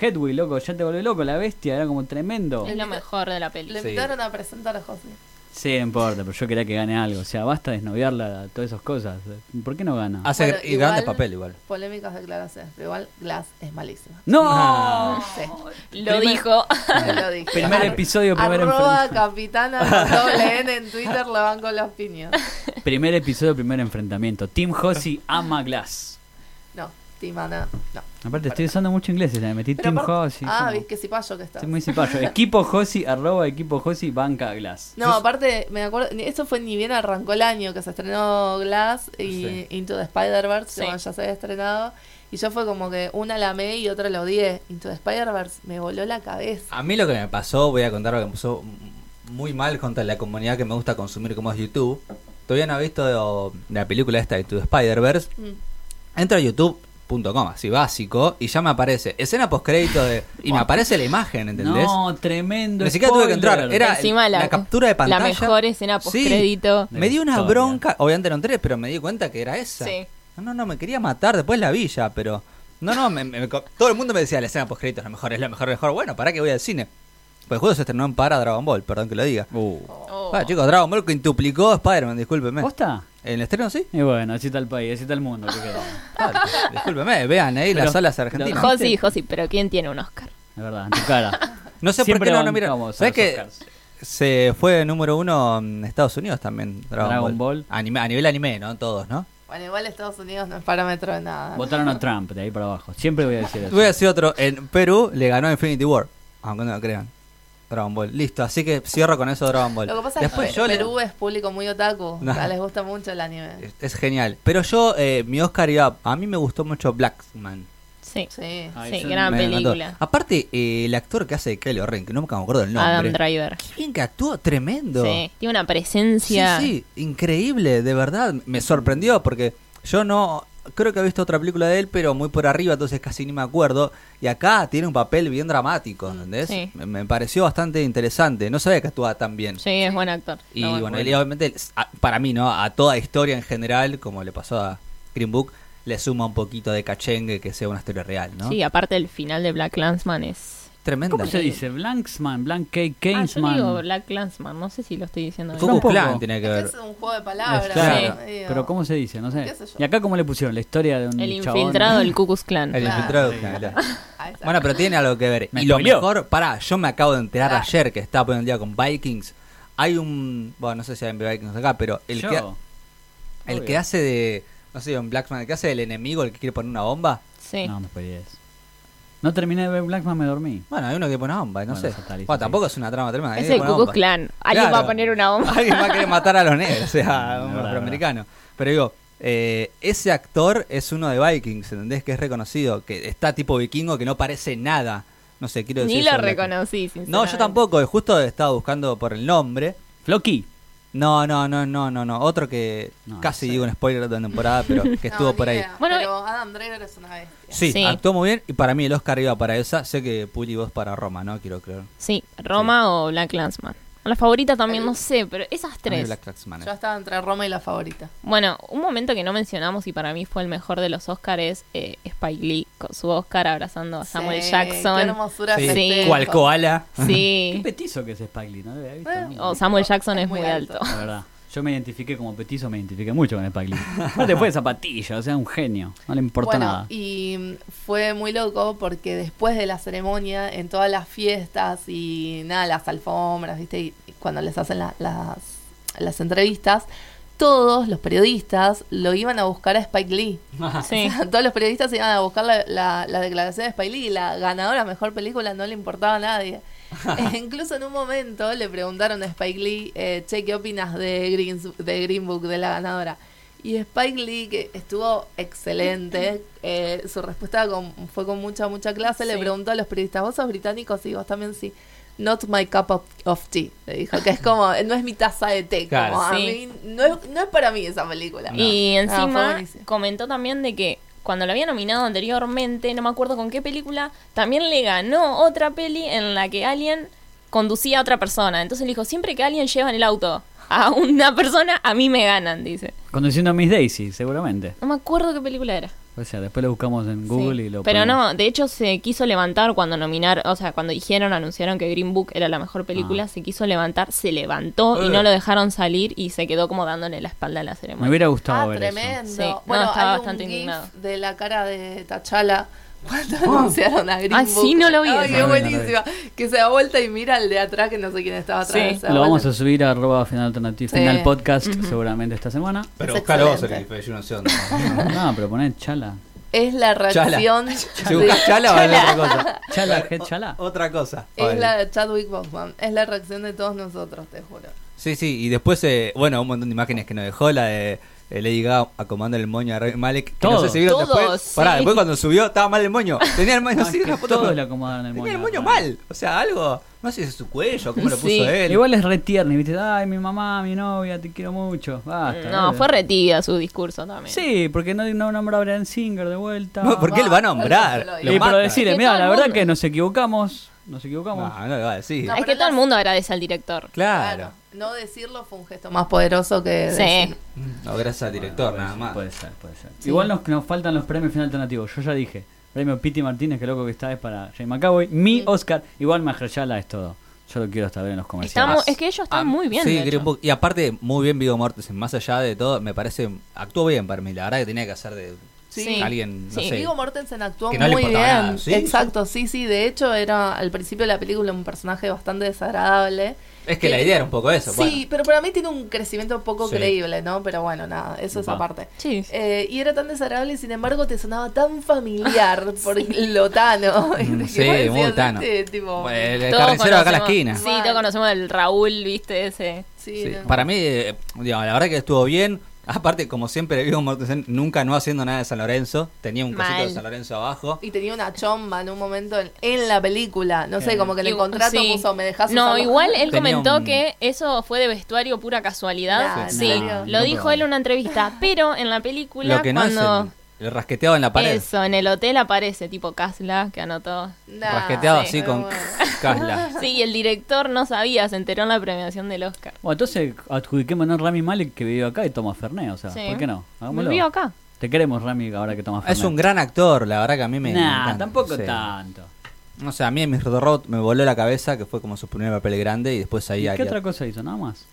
[SPEAKER 2] Hedwig, loco, ya te volvió loco, la bestia, era como tremendo.
[SPEAKER 3] es lo mejor de la
[SPEAKER 4] Lo
[SPEAKER 3] película.
[SPEAKER 1] Sí.
[SPEAKER 4] invitaron a presentar a José.
[SPEAKER 2] Sí, no importa, pero yo quería que gane algo, o sea, basta de desnoviarla, todas esas cosas. ¿Por qué no gana?
[SPEAKER 1] Hace
[SPEAKER 4] Bueno,
[SPEAKER 1] gr-
[SPEAKER 4] igual-
[SPEAKER 1] grandes papel igual.
[SPEAKER 4] Polémicas declaraciones, pero igual Glass es malísima.
[SPEAKER 1] Ah.
[SPEAKER 2] ¡No!
[SPEAKER 4] Sí,
[SPEAKER 3] Lo
[SPEAKER 2] Primer-
[SPEAKER 3] dijo.
[SPEAKER 4] lo dije.
[SPEAKER 2] Primer
[SPEAKER 4] Ar-
[SPEAKER 2] episodio, primera
[SPEAKER 4] Arroba
[SPEAKER 2] enfrentamiento.
[SPEAKER 4] capitana con doble N en Twitter, la van con los piños.
[SPEAKER 2] Primer episodio, primer enfrentamiento. Team Josi ama Glass.
[SPEAKER 4] No, Timana, no.
[SPEAKER 2] Aparte, estoy usando mucho inglés, o sea, me metí
[SPEAKER 4] Pero
[SPEAKER 2] Team
[SPEAKER 4] aparte-
[SPEAKER 2] Josi.
[SPEAKER 4] ah,
[SPEAKER 2] ¿cómo?
[SPEAKER 4] viste que cipayo que está.
[SPEAKER 2] Estoy muy cipayo. Equipo Josi, arroba equipo Josi, banca Glass.
[SPEAKER 4] No, aparte, me acuerdo, ni- eso fue ni bien arrancó el año que se estrenó Glass y
[SPEAKER 1] Sí.
[SPEAKER 4] Into the Spider-Verse,
[SPEAKER 3] Sí.
[SPEAKER 4] que bueno, ya se había estrenado. Y yo fue como que una la amé y otra la odié. Into the Spider-Verse me voló la cabeza.
[SPEAKER 1] A mí lo que me pasó, voy a contar lo que me pasó, muy mal contra la comunidad que me gusta consumir como es YouTube. Todavía no he visto la película esta de tu Spider-Verse.
[SPEAKER 4] Mm.
[SPEAKER 1] Entro a youtube.com, así básico, y ya me aparece escena post crédito de... Y me aparece la imagen, ¿entendés?
[SPEAKER 2] No, tremendo.
[SPEAKER 1] Ni siquiera tuve que entrar.
[SPEAKER 2] spoiler.
[SPEAKER 1] Era
[SPEAKER 3] Encima
[SPEAKER 1] la,
[SPEAKER 3] la-
[SPEAKER 1] captura de pantalla.
[SPEAKER 3] la mejor escena
[SPEAKER 1] Sí.
[SPEAKER 3] postcrédito.
[SPEAKER 1] Me di una
[SPEAKER 2] Historia.
[SPEAKER 1] bronca. Obviamente no entré, pero me di cuenta que era esa.
[SPEAKER 3] Sí.
[SPEAKER 1] No, no, no, me quería matar. Después la vi ya, pero. No, no, me- me- me co- todo el mundo me decía la escena post-crédito es la mejor, es la mejor, mejor. Bueno, ¿para qué voy al cine? Pues el juego se estrenó en para Dragon Ball, perdón que lo diga.
[SPEAKER 2] Uh.
[SPEAKER 3] Oh.
[SPEAKER 1] Ah, chicos, Dragon Ball quintuplicó a Spider-Man, discúlpeme.
[SPEAKER 2] ¿Posta?
[SPEAKER 1] ¿En el estreno sí?
[SPEAKER 2] Y bueno, así está el país, así está el mundo. ¿qué querés?
[SPEAKER 1] Claro, discúlpeme, vean ahí
[SPEAKER 2] Pero-
[SPEAKER 1] las salas argentinas.
[SPEAKER 2] Lo-
[SPEAKER 3] Josi, Josi, pero ¿quién tiene un Oscar?
[SPEAKER 2] De verdad, en tu cara.
[SPEAKER 1] No sé por
[SPEAKER 2] Siempre
[SPEAKER 1] qué no, no miran.
[SPEAKER 2] bancamos a
[SPEAKER 1] ¿Sabes
[SPEAKER 2] los
[SPEAKER 1] que
[SPEAKER 2] Oscars.
[SPEAKER 1] se fue número uno en Estados Unidos también? Dragon,
[SPEAKER 2] Dragon Ball.
[SPEAKER 1] Anime- a nivel anime, ¿no? Todos, ¿no?
[SPEAKER 4] Bueno, igual Estados Unidos no es parámetro de nada.
[SPEAKER 2] Votaron a Trump de ahí para abajo. Siempre voy a decir eso.
[SPEAKER 1] Voy a decir otro. En Perú le ganó Infinity War. Aunque no lo crean. Dragon Ball. Listo. Así que cierro con eso Dragon Ball.
[SPEAKER 4] Lo que pasa
[SPEAKER 1] Después
[SPEAKER 4] es que
[SPEAKER 1] yo le-
[SPEAKER 4] Perú es público muy otaku.
[SPEAKER 1] No.
[SPEAKER 4] O sea, les gusta mucho el anime.
[SPEAKER 1] Es, es genial. Pero yo, eh, mi Oscar iba... A mí me gustó mucho Blackman.
[SPEAKER 3] Sí, sí,
[SPEAKER 4] Sí.
[SPEAKER 2] Ay, yo-
[SPEAKER 3] gran
[SPEAKER 1] Me encantó.
[SPEAKER 3] película.
[SPEAKER 1] Aparte, eh, el actor que hace de Kylo Ren, que no me acuerdo
[SPEAKER 2] Ah,
[SPEAKER 1] el nombre.
[SPEAKER 3] Adam Driver.
[SPEAKER 1] Qué bien que actuó. Tremendo.
[SPEAKER 3] Sí, tiene una
[SPEAKER 1] Sí,
[SPEAKER 3] presencia.
[SPEAKER 1] sí, increíble, de verdad. Me sorprendió porque yo no. Creo que he visto otra película de él, pero muy por arriba, entonces casi ni me acuerdo. Y acá tiene un papel bien dramático, ¿entendés?
[SPEAKER 3] sí.
[SPEAKER 1] Me, me pareció bastante interesante. No sabía que actuaba tan bien.
[SPEAKER 3] Sí, es buen actor.
[SPEAKER 1] Y
[SPEAKER 3] Está
[SPEAKER 1] bueno,
[SPEAKER 3] bueno.
[SPEAKER 1] él, obviamente, a- para mí, ¿no? A toda historia en general, como le pasó a Green Book, le suma un poquito de cachengue que sea una historia real, ¿no?
[SPEAKER 3] Sí, aparte el final de Black Clansman es.
[SPEAKER 1] Tremenda.
[SPEAKER 2] ¿Cómo se dice? Blanksman, Blank K.
[SPEAKER 3] Ah, yo
[SPEAKER 2] Kingsman.
[SPEAKER 3] digo Black Clansman, no sé si lo estoy diciendo
[SPEAKER 1] Ku Klux
[SPEAKER 3] bien.
[SPEAKER 2] Tampoco.
[SPEAKER 1] Klan tiene que ver.
[SPEAKER 4] Es que es un juego de
[SPEAKER 2] Es
[SPEAKER 4] palabras.
[SPEAKER 2] claro.
[SPEAKER 4] ¿no? Digo,
[SPEAKER 2] Pero ¿cómo se dice? No sé.
[SPEAKER 4] ¿Qué sé yo?
[SPEAKER 2] ¿Y acá cómo le pusieron? La historia de un
[SPEAKER 3] El
[SPEAKER 2] chabón?
[SPEAKER 3] infiltrado del Ku Klux Klan.
[SPEAKER 1] El
[SPEAKER 4] Claro.
[SPEAKER 1] infiltrado.
[SPEAKER 2] Sí.
[SPEAKER 1] claro.
[SPEAKER 4] ahí está.
[SPEAKER 1] Bueno, pero tiene algo que ver.
[SPEAKER 2] Me
[SPEAKER 1] y lo
[SPEAKER 2] spoileó.
[SPEAKER 1] mejor, pará, yo me acabo de enterar
[SPEAKER 4] Pará.
[SPEAKER 1] ayer que estaba poniendo el día con Vikings. Hay un. Bueno, no sé si hay en Vikings acá, pero el,
[SPEAKER 2] Yo.
[SPEAKER 1] que, el
[SPEAKER 2] obvio.
[SPEAKER 1] que hace de. No sé, en Blackman, el que hace del enemigo, el que quiere poner una bomba.
[SPEAKER 3] Sí.
[SPEAKER 2] No, me spoilees. No terminé de ver Blackman, me dormí.
[SPEAKER 1] Bueno, hay uno que pone una bomba, no
[SPEAKER 2] Bueno,
[SPEAKER 1] sé.
[SPEAKER 2] fatal, hizo
[SPEAKER 1] Bueno, tampoco
[SPEAKER 2] eso.
[SPEAKER 1] es una trama tremenda.
[SPEAKER 3] es
[SPEAKER 1] hay que
[SPEAKER 3] el
[SPEAKER 1] poner
[SPEAKER 3] Ku
[SPEAKER 1] bomba.
[SPEAKER 3] Klux Klan. Alguien
[SPEAKER 1] Claro.
[SPEAKER 3] va a poner una bomba.
[SPEAKER 1] Alguien va a querer matar a los negros, o sea,
[SPEAKER 2] Mm,
[SPEAKER 1] un
[SPEAKER 2] verdad, verdad.
[SPEAKER 1] afroamericano. Pero digo, eh, ese actor es uno de Vikings, ¿entendés? Que es reconocido, que está tipo vikingo, que no parece nada. No sé, quiero decir.
[SPEAKER 3] Ni lo
[SPEAKER 1] sobre-
[SPEAKER 3] reconocí, sinceramente.
[SPEAKER 1] No, yo tampoco, justo estaba buscando por el nombre.
[SPEAKER 2] Floki.
[SPEAKER 1] No, no, no, no, no, no. Otro que
[SPEAKER 2] No,
[SPEAKER 1] casi
[SPEAKER 2] no sé.
[SPEAKER 1] digo un spoiler de la temporada, pero que
[SPEAKER 4] No,
[SPEAKER 1] estuvo
[SPEAKER 4] ni
[SPEAKER 1] por ahí.
[SPEAKER 4] idea,
[SPEAKER 3] Bueno, eh,
[SPEAKER 4] pero Adam Driver es una bestia.
[SPEAKER 1] Sí,
[SPEAKER 3] Sí.
[SPEAKER 1] actuó muy bien y para mí el Oscar iba para esa. Sé que Puli vos para Roma, ¿no? Quiero creer.
[SPEAKER 3] Sí, Roma o Black Clansman. La favorita también, no sé, pero esas
[SPEAKER 1] A mí
[SPEAKER 3] tres.
[SPEAKER 1] Black Lives Matter.
[SPEAKER 4] Yo estaba entre Roma y la favorita.
[SPEAKER 3] Bueno, un momento que no mencionamos y para mí fue el mejor de los Oscars es eh, Spike Lee con su Oscar abrazando a Samuel
[SPEAKER 4] Sí, Qué
[SPEAKER 3] Jackson.
[SPEAKER 4] hermosura
[SPEAKER 1] Sí,
[SPEAKER 4] ese
[SPEAKER 3] Sí.
[SPEAKER 4] tipo.
[SPEAKER 1] cual koala.
[SPEAKER 2] Qué
[SPEAKER 3] Sí.
[SPEAKER 2] petizo que es Spike Lee, no lo había visto.
[SPEAKER 4] Eh,
[SPEAKER 2] nunca.
[SPEAKER 3] O Samuel Jackson es
[SPEAKER 4] Muy
[SPEAKER 3] muy
[SPEAKER 4] alto.
[SPEAKER 3] alto.
[SPEAKER 2] La verdad. Yo me identifiqué como petizo, me identifiqué mucho con Spike Lee. Aparte fue de zapatilla, o sea, un genio. No le importa
[SPEAKER 4] bueno,
[SPEAKER 2] nada.
[SPEAKER 4] y mm, fue muy loco porque después de la ceremonia, en todas las fiestas y nada, las alfombras, ¿viste? Y y cuando les hacen la- las, las entrevistas, todos los periodistas lo iban a buscar a Spike Lee.
[SPEAKER 3] Sí.
[SPEAKER 4] Todos los periodistas iban a buscar la, la- la declaración de Spike Lee. La ganadora a mejor película no le importaba a nadie. Eh, incluso en un momento le preguntaron a Spike Lee, eh, che, ¿qué opinas de Green, de Green Book, de la ganadora? Y Spike Lee, que estuvo excelente, eh, su respuesta con- fue con mucha, mucha clase, le
[SPEAKER 3] Sí.
[SPEAKER 4] preguntó a los periodistas, ¿vos sos británicos? Sí, vos también sí. Not my cup of, of tea, le dijo, que es como, no es mi taza de té,
[SPEAKER 1] Claro.
[SPEAKER 3] Sí.
[SPEAKER 4] como a mí, no es, no es para mí esa película.
[SPEAKER 3] Y
[SPEAKER 4] No, fue
[SPEAKER 3] encima
[SPEAKER 4] buenísimo.
[SPEAKER 3] comentó también de que cuando lo había nominado anteriormente, no me acuerdo con qué película, también le ganó otra peli en la que Alien conducía a otra persona. Entonces le dijo, siempre que Alien lleva en el auto a una persona, a mí me ganan, dice.
[SPEAKER 2] Conduciendo a Miss Daisy, seguramente.
[SPEAKER 3] No me acuerdo qué película era.
[SPEAKER 2] O sea, después lo buscamos en Google
[SPEAKER 3] Sí.
[SPEAKER 2] y lo
[SPEAKER 3] Pero
[SPEAKER 2] ponemos.
[SPEAKER 3] no, de hecho se quiso levantar cuando nominar, o sea, cuando dijeron, anunciaron que Green Book era la mejor película,
[SPEAKER 2] Ah.
[SPEAKER 3] se quiso levantar, se levantó y
[SPEAKER 1] Eh.
[SPEAKER 3] no lo dejaron salir y se quedó como dándole la espalda a la
[SPEAKER 2] Me
[SPEAKER 3] ceremonia.
[SPEAKER 2] hubiera gustado
[SPEAKER 4] Ah,
[SPEAKER 2] ver eso.
[SPEAKER 4] tremendo.
[SPEAKER 3] Sí, no,
[SPEAKER 4] Bueno,
[SPEAKER 3] estaba
[SPEAKER 4] hay
[SPEAKER 3] bastante
[SPEAKER 4] un
[SPEAKER 3] indignado.
[SPEAKER 4] GIF de la cara de Tachala cuando anunciaron a Green
[SPEAKER 3] Ah,
[SPEAKER 4] Book.
[SPEAKER 3] sí, no lo vi.
[SPEAKER 4] Ay, qué
[SPEAKER 2] No, no, no lo vi.
[SPEAKER 4] buenísima. Que se da vuelta y mira al de atrás que no sé quién estaba atrás.
[SPEAKER 3] Sí.
[SPEAKER 4] se da
[SPEAKER 2] Lo vamos
[SPEAKER 4] vuelta.
[SPEAKER 2] a subir a arroba final alternativo,
[SPEAKER 4] Sí.
[SPEAKER 2] final podcast seguramente esta semana.
[SPEAKER 4] Es buscalo vos, excelente.
[SPEAKER 1] el
[SPEAKER 2] No, pero poner chala.
[SPEAKER 4] Es la reacción.
[SPEAKER 1] Si buscas chala, va a haber otra cosa.
[SPEAKER 2] Chala, head chala.
[SPEAKER 1] Otra cosa.
[SPEAKER 4] Es la de Chadwick Boseman. Es la reacción de todos nosotros, te juro.
[SPEAKER 1] Sí, sí, y después, eh, bueno, un montón de imágenes que nos dejó, la de eh, Lady Gaga acomodando el moño a Rami Malek. que
[SPEAKER 2] Todo.
[SPEAKER 1] No sé si vieron
[SPEAKER 3] Todo,
[SPEAKER 1] después.
[SPEAKER 3] sí.
[SPEAKER 1] Pará, después cuando subió estaba mal el moño. Tenía el moño
[SPEAKER 2] No, es
[SPEAKER 1] así,
[SPEAKER 2] que
[SPEAKER 1] una foto.
[SPEAKER 2] todos le acomodaron el moño.
[SPEAKER 1] Tenía el moño
[SPEAKER 2] claro.
[SPEAKER 1] mal. O sea, algo. No sé si es su cuello, cómo lo puso
[SPEAKER 3] Sí.
[SPEAKER 1] él.
[SPEAKER 2] Igual es re tierno, y viste, ay, mi mamá, mi novia, te quiero mucho. Basta.
[SPEAKER 3] No,
[SPEAKER 2] boludo.
[SPEAKER 3] fue retida su discurso también.
[SPEAKER 2] Sí, porque no, no nombró a Brian Singer de vuelta.
[SPEAKER 1] No, ¿Por qué
[SPEAKER 4] va,
[SPEAKER 1] lo va a
[SPEAKER 4] no,
[SPEAKER 1] nombrar?
[SPEAKER 4] no lo
[SPEAKER 1] Lo
[SPEAKER 2] Y pero
[SPEAKER 1] mata. Ah,
[SPEAKER 2] decirle,
[SPEAKER 3] Que
[SPEAKER 2] mira,
[SPEAKER 3] todo
[SPEAKER 2] la
[SPEAKER 3] el
[SPEAKER 2] verdad
[SPEAKER 3] mundo-
[SPEAKER 2] que nos equivocamos, nos equivocamos.
[SPEAKER 1] No, no lo va a decir.
[SPEAKER 4] No,
[SPEAKER 3] es
[SPEAKER 4] pero
[SPEAKER 3] que todo el
[SPEAKER 4] las-
[SPEAKER 3] mundo agradece al director.
[SPEAKER 1] Claro.
[SPEAKER 4] No decirlo fue un gesto más poderoso que
[SPEAKER 3] Sí.
[SPEAKER 4] decir.
[SPEAKER 1] No, gracias al director, nada más.
[SPEAKER 2] Puede ser, puede ser. Igual nos, nos faltan los premios final alternativos. Yo ya dije, premio Piti Martínez, que loco que está, es para Jay McAvoy. Mi Oscar, igual Mahershala es todo. Yo lo quiero hasta ver en los comerciales.
[SPEAKER 3] Estamos, es que ellos están
[SPEAKER 1] Ah,
[SPEAKER 3] muy bien.
[SPEAKER 1] Sí,
[SPEAKER 3] de hecho.
[SPEAKER 1] Green Book. Y aparte, muy bien Vigo Mortensen. Más allá de todo, me parece. Actuó bien para mí. La verdad que tenía que hacer de
[SPEAKER 4] Sí.
[SPEAKER 1] alguien, no
[SPEAKER 3] Sí.
[SPEAKER 1] sé.
[SPEAKER 4] Viggo Mortensen actuó
[SPEAKER 1] Que no le
[SPEAKER 4] muy bien.
[SPEAKER 1] importaba nada, ¿sí?
[SPEAKER 4] Exacto, sí, sí. De hecho, era al principio de la película un personaje bastante desagradable.
[SPEAKER 1] Es que la idea era un poco eso.
[SPEAKER 4] Sí,
[SPEAKER 1] bueno.
[SPEAKER 4] pero para mí tiene un crecimiento poco
[SPEAKER 1] Sí.
[SPEAKER 4] creíble, ¿no? Pero bueno, nada, eso es
[SPEAKER 2] Va.
[SPEAKER 4] aparte.
[SPEAKER 3] Sí, sí.
[SPEAKER 4] Eh, y era tan desagradable y sin embargo te sonaba tan familiar por lo tano. Y
[SPEAKER 1] Mm,
[SPEAKER 4] te-
[SPEAKER 1] sí,
[SPEAKER 4] vos decías,
[SPEAKER 1] muy tano.
[SPEAKER 4] este tipo,
[SPEAKER 1] Bueno, El,
[SPEAKER 3] Todos
[SPEAKER 1] carnicero de acá a la esquina.
[SPEAKER 3] conocemos- Sí, todos conocemos el Raúl, viste, ese.
[SPEAKER 4] sí,
[SPEAKER 1] Sí,
[SPEAKER 4] no.
[SPEAKER 1] Para mí, eh, digamos, la verdad que estuvo bien. Aparte, como siempre, Vigo Mortensen nunca no haciendo nada de San Lorenzo. Tenía un cosito
[SPEAKER 3] Mal.
[SPEAKER 1] de San Lorenzo abajo.
[SPEAKER 4] Y tenía una chomba en un momento en, en la película. No
[SPEAKER 1] Eh.
[SPEAKER 4] sé, como que en el
[SPEAKER 3] Igu-
[SPEAKER 4] contrato
[SPEAKER 3] sí.
[SPEAKER 4] puso, me dejas
[SPEAKER 3] No,
[SPEAKER 4] usarlo".
[SPEAKER 3] igual él
[SPEAKER 1] Tenía
[SPEAKER 3] comentó
[SPEAKER 1] un-
[SPEAKER 3] que eso fue de vestuario pura casualidad.
[SPEAKER 4] Nah,
[SPEAKER 3] sí,
[SPEAKER 2] ¿en serio?
[SPEAKER 3] lo
[SPEAKER 2] No,
[SPEAKER 3] dijo
[SPEAKER 2] pero-
[SPEAKER 3] él en una entrevista, pero en la película
[SPEAKER 1] Lo que no
[SPEAKER 3] cuando
[SPEAKER 1] es el, el rasqueteado en la pared.
[SPEAKER 3] eso en el hotel aparece tipo Casla que anotó.
[SPEAKER 4] Nah,
[SPEAKER 1] rasqueteado
[SPEAKER 4] sí,
[SPEAKER 1] así
[SPEAKER 4] pero
[SPEAKER 1] con
[SPEAKER 4] bueno.
[SPEAKER 1] casla.
[SPEAKER 3] Sí, y el director no sabía, se enteró en la premiación del Oscar.
[SPEAKER 2] Bueno, entonces adjudiquémonos a Rami Malek que vivió acá y toma Fernet, o sea,
[SPEAKER 3] Sí.
[SPEAKER 2] ¿por qué no? Hagámoslo.
[SPEAKER 3] Volvió acá.
[SPEAKER 2] Te queremos, Rami, ahora que tomas Fernet.
[SPEAKER 1] Es un gran actor, la verdad que a mí me. me
[SPEAKER 2] Nah,
[SPEAKER 1] encanta,
[SPEAKER 2] tampoco
[SPEAKER 1] sí.
[SPEAKER 2] tanto.
[SPEAKER 1] No sé, a mí Mr. Robot me voló la cabeza, que fue como su primer papel grande, y después ahí...
[SPEAKER 2] ¿Y qué
[SPEAKER 1] haría-
[SPEAKER 2] otra cosa hizo? Nada más.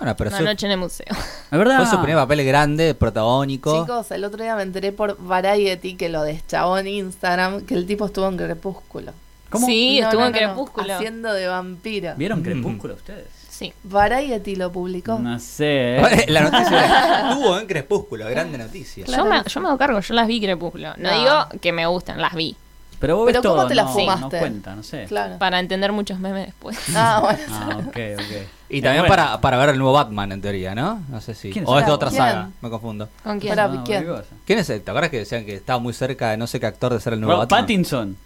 [SPEAKER 1] Bueno, pero
[SPEAKER 3] Una
[SPEAKER 1] su-
[SPEAKER 3] noche en el museo.
[SPEAKER 2] La verdad.
[SPEAKER 1] fue su primer papel grande, protagónico.
[SPEAKER 4] Chicos, el otro día me enteré por Variety que lo deschabó en Instagram, que el tipo estuvo en Crepúsculo.
[SPEAKER 2] ¿Cómo?
[SPEAKER 3] Sí,
[SPEAKER 4] No,
[SPEAKER 3] estuvo
[SPEAKER 4] no,
[SPEAKER 3] en
[SPEAKER 4] no, no,
[SPEAKER 3] Crepúsculo.
[SPEAKER 4] haciendo de vampiro.
[SPEAKER 2] ¿Vieron
[SPEAKER 1] Mm.
[SPEAKER 2] Crepúsculo ustedes?
[SPEAKER 3] Sí.
[SPEAKER 4] Variety lo publicó.
[SPEAKER 2] No sé.
[SPEAKER 1] Eh, la noticia era, estuvo en Crepúsculo, grande noticia.
[SPEAKER 4] Claro.
[SPEAKER 3] Yo, me, yo me hago cargo, yo las vi Crepúsculo. No,
[SPEAKER 4] No.
[SPEAKER 3] digo que me gustan, las vi.
[SPEAKER 2] Pero vos ves
[SPEAKER 4] Pero ¿cómo
[SPEAKER 2] todo,
[SPEAKER 4] te la
[SPEAKER 2] no,
[SPEAKER 4] fumaste?
[SPEAKER 2] No cuenta, no sé.
[SPEAKER 4] Claro.
[SPEAKER 3] Para entender muchos memes después.
[SPEAKER 4] Ah, bueno.
[SPEAKER 2] Ah, ok, ok.
[SPEAKER 1] Y también
[SPEAKER 2] Eh, Bueno,
[SPEAKER 1] para, para ver el nuevo Batman, en teoría, ¿no? No sé si...
[SPEAKER 2] ¿Quién es?
[SPEAKER 1] O es de otra
[SPEAKER 4] ¿Quién?
[SPEAKER 1] saga, me confundo.
[SPEAKER 3] ¿Con quién?
[SPEAKER 4] Para-
[SPEAKER 2] no,
[SPEAKER 4] ¿quién?
[SPEAKER 2] cualquier cosa.
[SPEAKER 1] ¿Quién es él? ¿Te acuerdas que decían que estaba muy cerca de no sé qué actor de ser el nuevo
[SPEAKER 2] Rob
[SPEAKER 1] Batman?
[SPEAKER 2] Pattinson.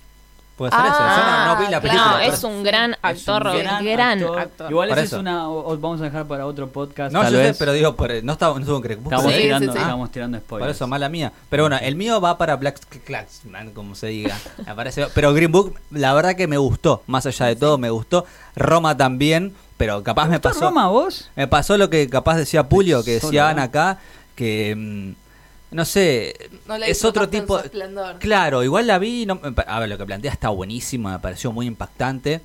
[SPEAKER 1] Puede ser eso, yo no, no vi la
[SPEAKER 4] claro.
[SPEAKER 1] película.
[SPEAKER 3] No,
[SPEAKER 1] pero-
[SPEAKER 3] Ah, es un gran actor, Robert, gran, actor.
[SPEAKER 2] Igual
[SPEAKER 1] Por
[SPEAKER 2] esa
[SPEAKER 1] eso.
[SPEAKER 2] es una. o- o vamos a dejar para otro podcast.
[SPEAKER 1] No,
[SPEAKER 2] tal
[SPEAKER 1] yo sé,
[SPEAKER 2] vez.
[SPEAKER 1] pero digo, por- no, estaba, no estuvo en Crepúsculo.
[SPEAKER 2] Estamos,
[SPEAKER 4] Sí, sí,
[SPEAKER 2] tirando,
[SPEAKER 4] sí.
[SPEAKER 2] estamos tirando
[SPEAKER 1] Por
[SPEAKER 2] spoilers.
[SPEAKER 1] eso, mala mía. Pero bueno, el mío va para Black Clansman, como se diga. Me parece- pero Green Book, la verdad que me gustó. Más allá de todo, me gustó. Roma también, pero capaz me
[SPEAKER 2] ¿Te gustó
[SPEAKER 1] pasó.
[SPEAKER 2] Roma vos?
[SPEAKER 1] Me pasó lo que capaz decía Pulio, que
[SPEAKER 2] Solo,
[SPEAKER 1] decía
[SPEAKER 2] ¿no?
[SPEAKER 1] Ana acá, que. mm, No sé,
[SPEAKER 4] No la
[SPEAKER 1] es otro
[SPEAKER 4] disfrutaste en
[SPEAKER 1] tipo.
[SPEAKER 4] su esplendor.
[SPEAKER 1] Claro, igual la vi. No, me pa- a ver, lo que plantea está buenísimo, me pareció muy impactante.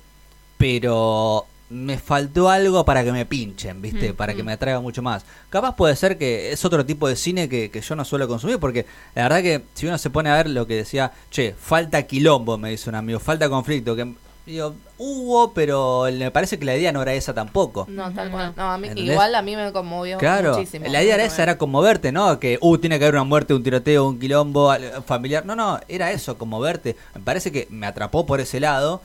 [SPEAKER 1] Pero me faltó algo para que me pinchen,
[SPEAKER 4] Mm,
[SPEAKER 1] ¿viste? Para que me atraiga mucho más. Capaz puede ser que es otro tipo de cine que, que yo no suelo consumir, porque la verdad que si uno se pone a ver lo que decía, che, falta quilombo, me dice un amigo, falta conflicto. que Digo, hubo, pero me parece que la idea no era esa tampoco.
[SPEAKER 4] No, tal cual. No, a mí,
[SPEAKER 1] ¿Entendés?
[SPEAKER 4] igual a mí me conmovió
[SPEAKER 1] Claro,
[SPEAKER 4] muchísimo.
[SPEAKER 1] la idea era esa, era conmoverte, ¿no? Que, uh, tiene que haber una muerte, un tiroteo, un quilombo al- familiar. No, no, era eso, conmoverte. Me parece que me atrapó por ese lado,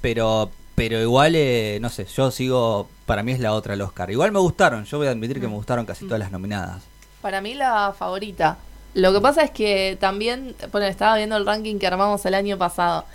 [SPEAKER 1] pero pero igual, eh, no sé, yo sigo, para mí es la otra el Oscar. Igual me gustaron, yo voy a admitir que me gustaron casi todas las nominadas.
[SPEAKER 4] Para mí la favorita. Lo que pasa es que también, bueno, estaba viendo el ranking que armamos el año pasado.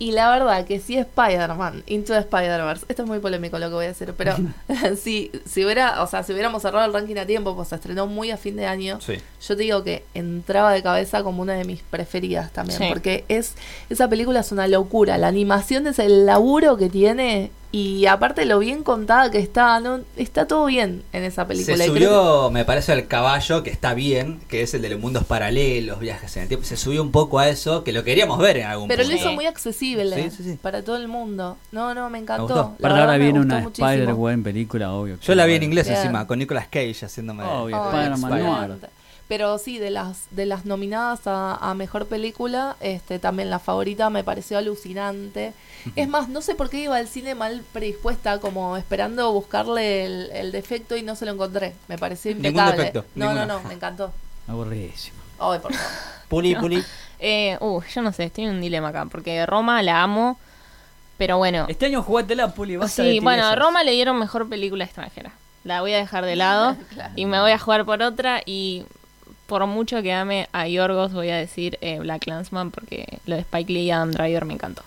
[SPEAKER 4] Y la verdad que si Spider-Man, Into the Spider-Verse, esto es muy polémico lo que voy a decir, pero si, si hubiera, o sea, si hubiéramos cerrado el ranking a tiempo, pues se estrenó muy a fin de año.
[SPEAKER 1] Sí.
[SPEAKER 4] Yo te digo que entraba de cabeza como una de mis preferidas también,
[SPEAKER 3] Sí.
[SPEAKER 4] porque es esa película es una locura, la animación es el laburo que tiene y aparte lo bien contada que está, no está todo bien en esa película.
[SPEAKER 1] Se
[SPEAKER 4] Y creo que-
[SPEAKER 1] subió, me parece, al caballo, que está bien, que es el de los mundos paralelos, viajes en el tiempo. Se subió un poco a eso, que lo queríamos ver en algún
[SPEAKER 4] Pero lo
[SPEAKER 1] punto.
[SPEAKER 4] hizo muy accesible
[SPEAKER 1] Sí, sí, sí.
[SPEAKER 4] para todo el mundo. No, no, me
[SPEAKER 1] Me
[SPEAKER 4] encantó.
[SPEAKER 1] gustó.
[SPEAKER 4] La
[SPEAKER 2] Aparte
[SPEAKER 4] verdad
[SPEAKER 2] ahora
[SPEAKER 4] me
[SPEAKER 2] viene
[SPEAKER 4] gustó
[SPEAKER 2] una
[SPEAKER 4] muchísimo.
[SPEAKER 2] Spider-Gwen película, obvio. que
[SPEAKER 1] Yo la vi en
[SPEAKER 2] Spider-Man.
[SPEAKER 1] inglés
[SPEAKER 4] Bien.
[SPEAKER 1] encima, con Nicolas Cage haciéndome...
[SPEAKER 2] Obvio,
[SPEAKER 4] Ay,
[SPEAKER 2] Spider-Man
[SPEAKER 4] me
[SPEAKER 2] Noir.
[SPEAKER 4] encanta. Pero sí, de las de las nominadas a, a mejor película, este también la favorita me pareció alucinante. Es más, no sé por qué iba al cine mal predispuesta, como esperando buscarle el, el defecto y no se lo encontré. Me pareció
[SPEAKER 1] Ningún
[SPEAKER 4] impecable.
[SPEAKER 1] defecto,
[SPEAKER 4] no, no,
[SPEAKER 1] ninguno.
[SPEAKER 4] no, me encantó.
[SPEAKER 2] Aburridísimo.
[SPEAKER 4] Ay, por favor.
[SPEAKER 1] Puli, puli.
[SPEAKER 3] Eh, uh, yo no sé, estoy en un dilema acá, porque Roma la amo, pero bueno.
[SPEAKER 2] Este año jugatela, Puli, basta de
[SPEAKER 3] Sí, bueno, a
[SPEAKER 2] tibiezas.
[SPEAKER 3] Roma le dieron mejor película extranjera. la voy a dejar de lado y me voy a jugar por otra y por mucho que ame a Yorgos voy a decir eh, Black Clansman porque lo de Spike Lee y Adam Driver me encantó.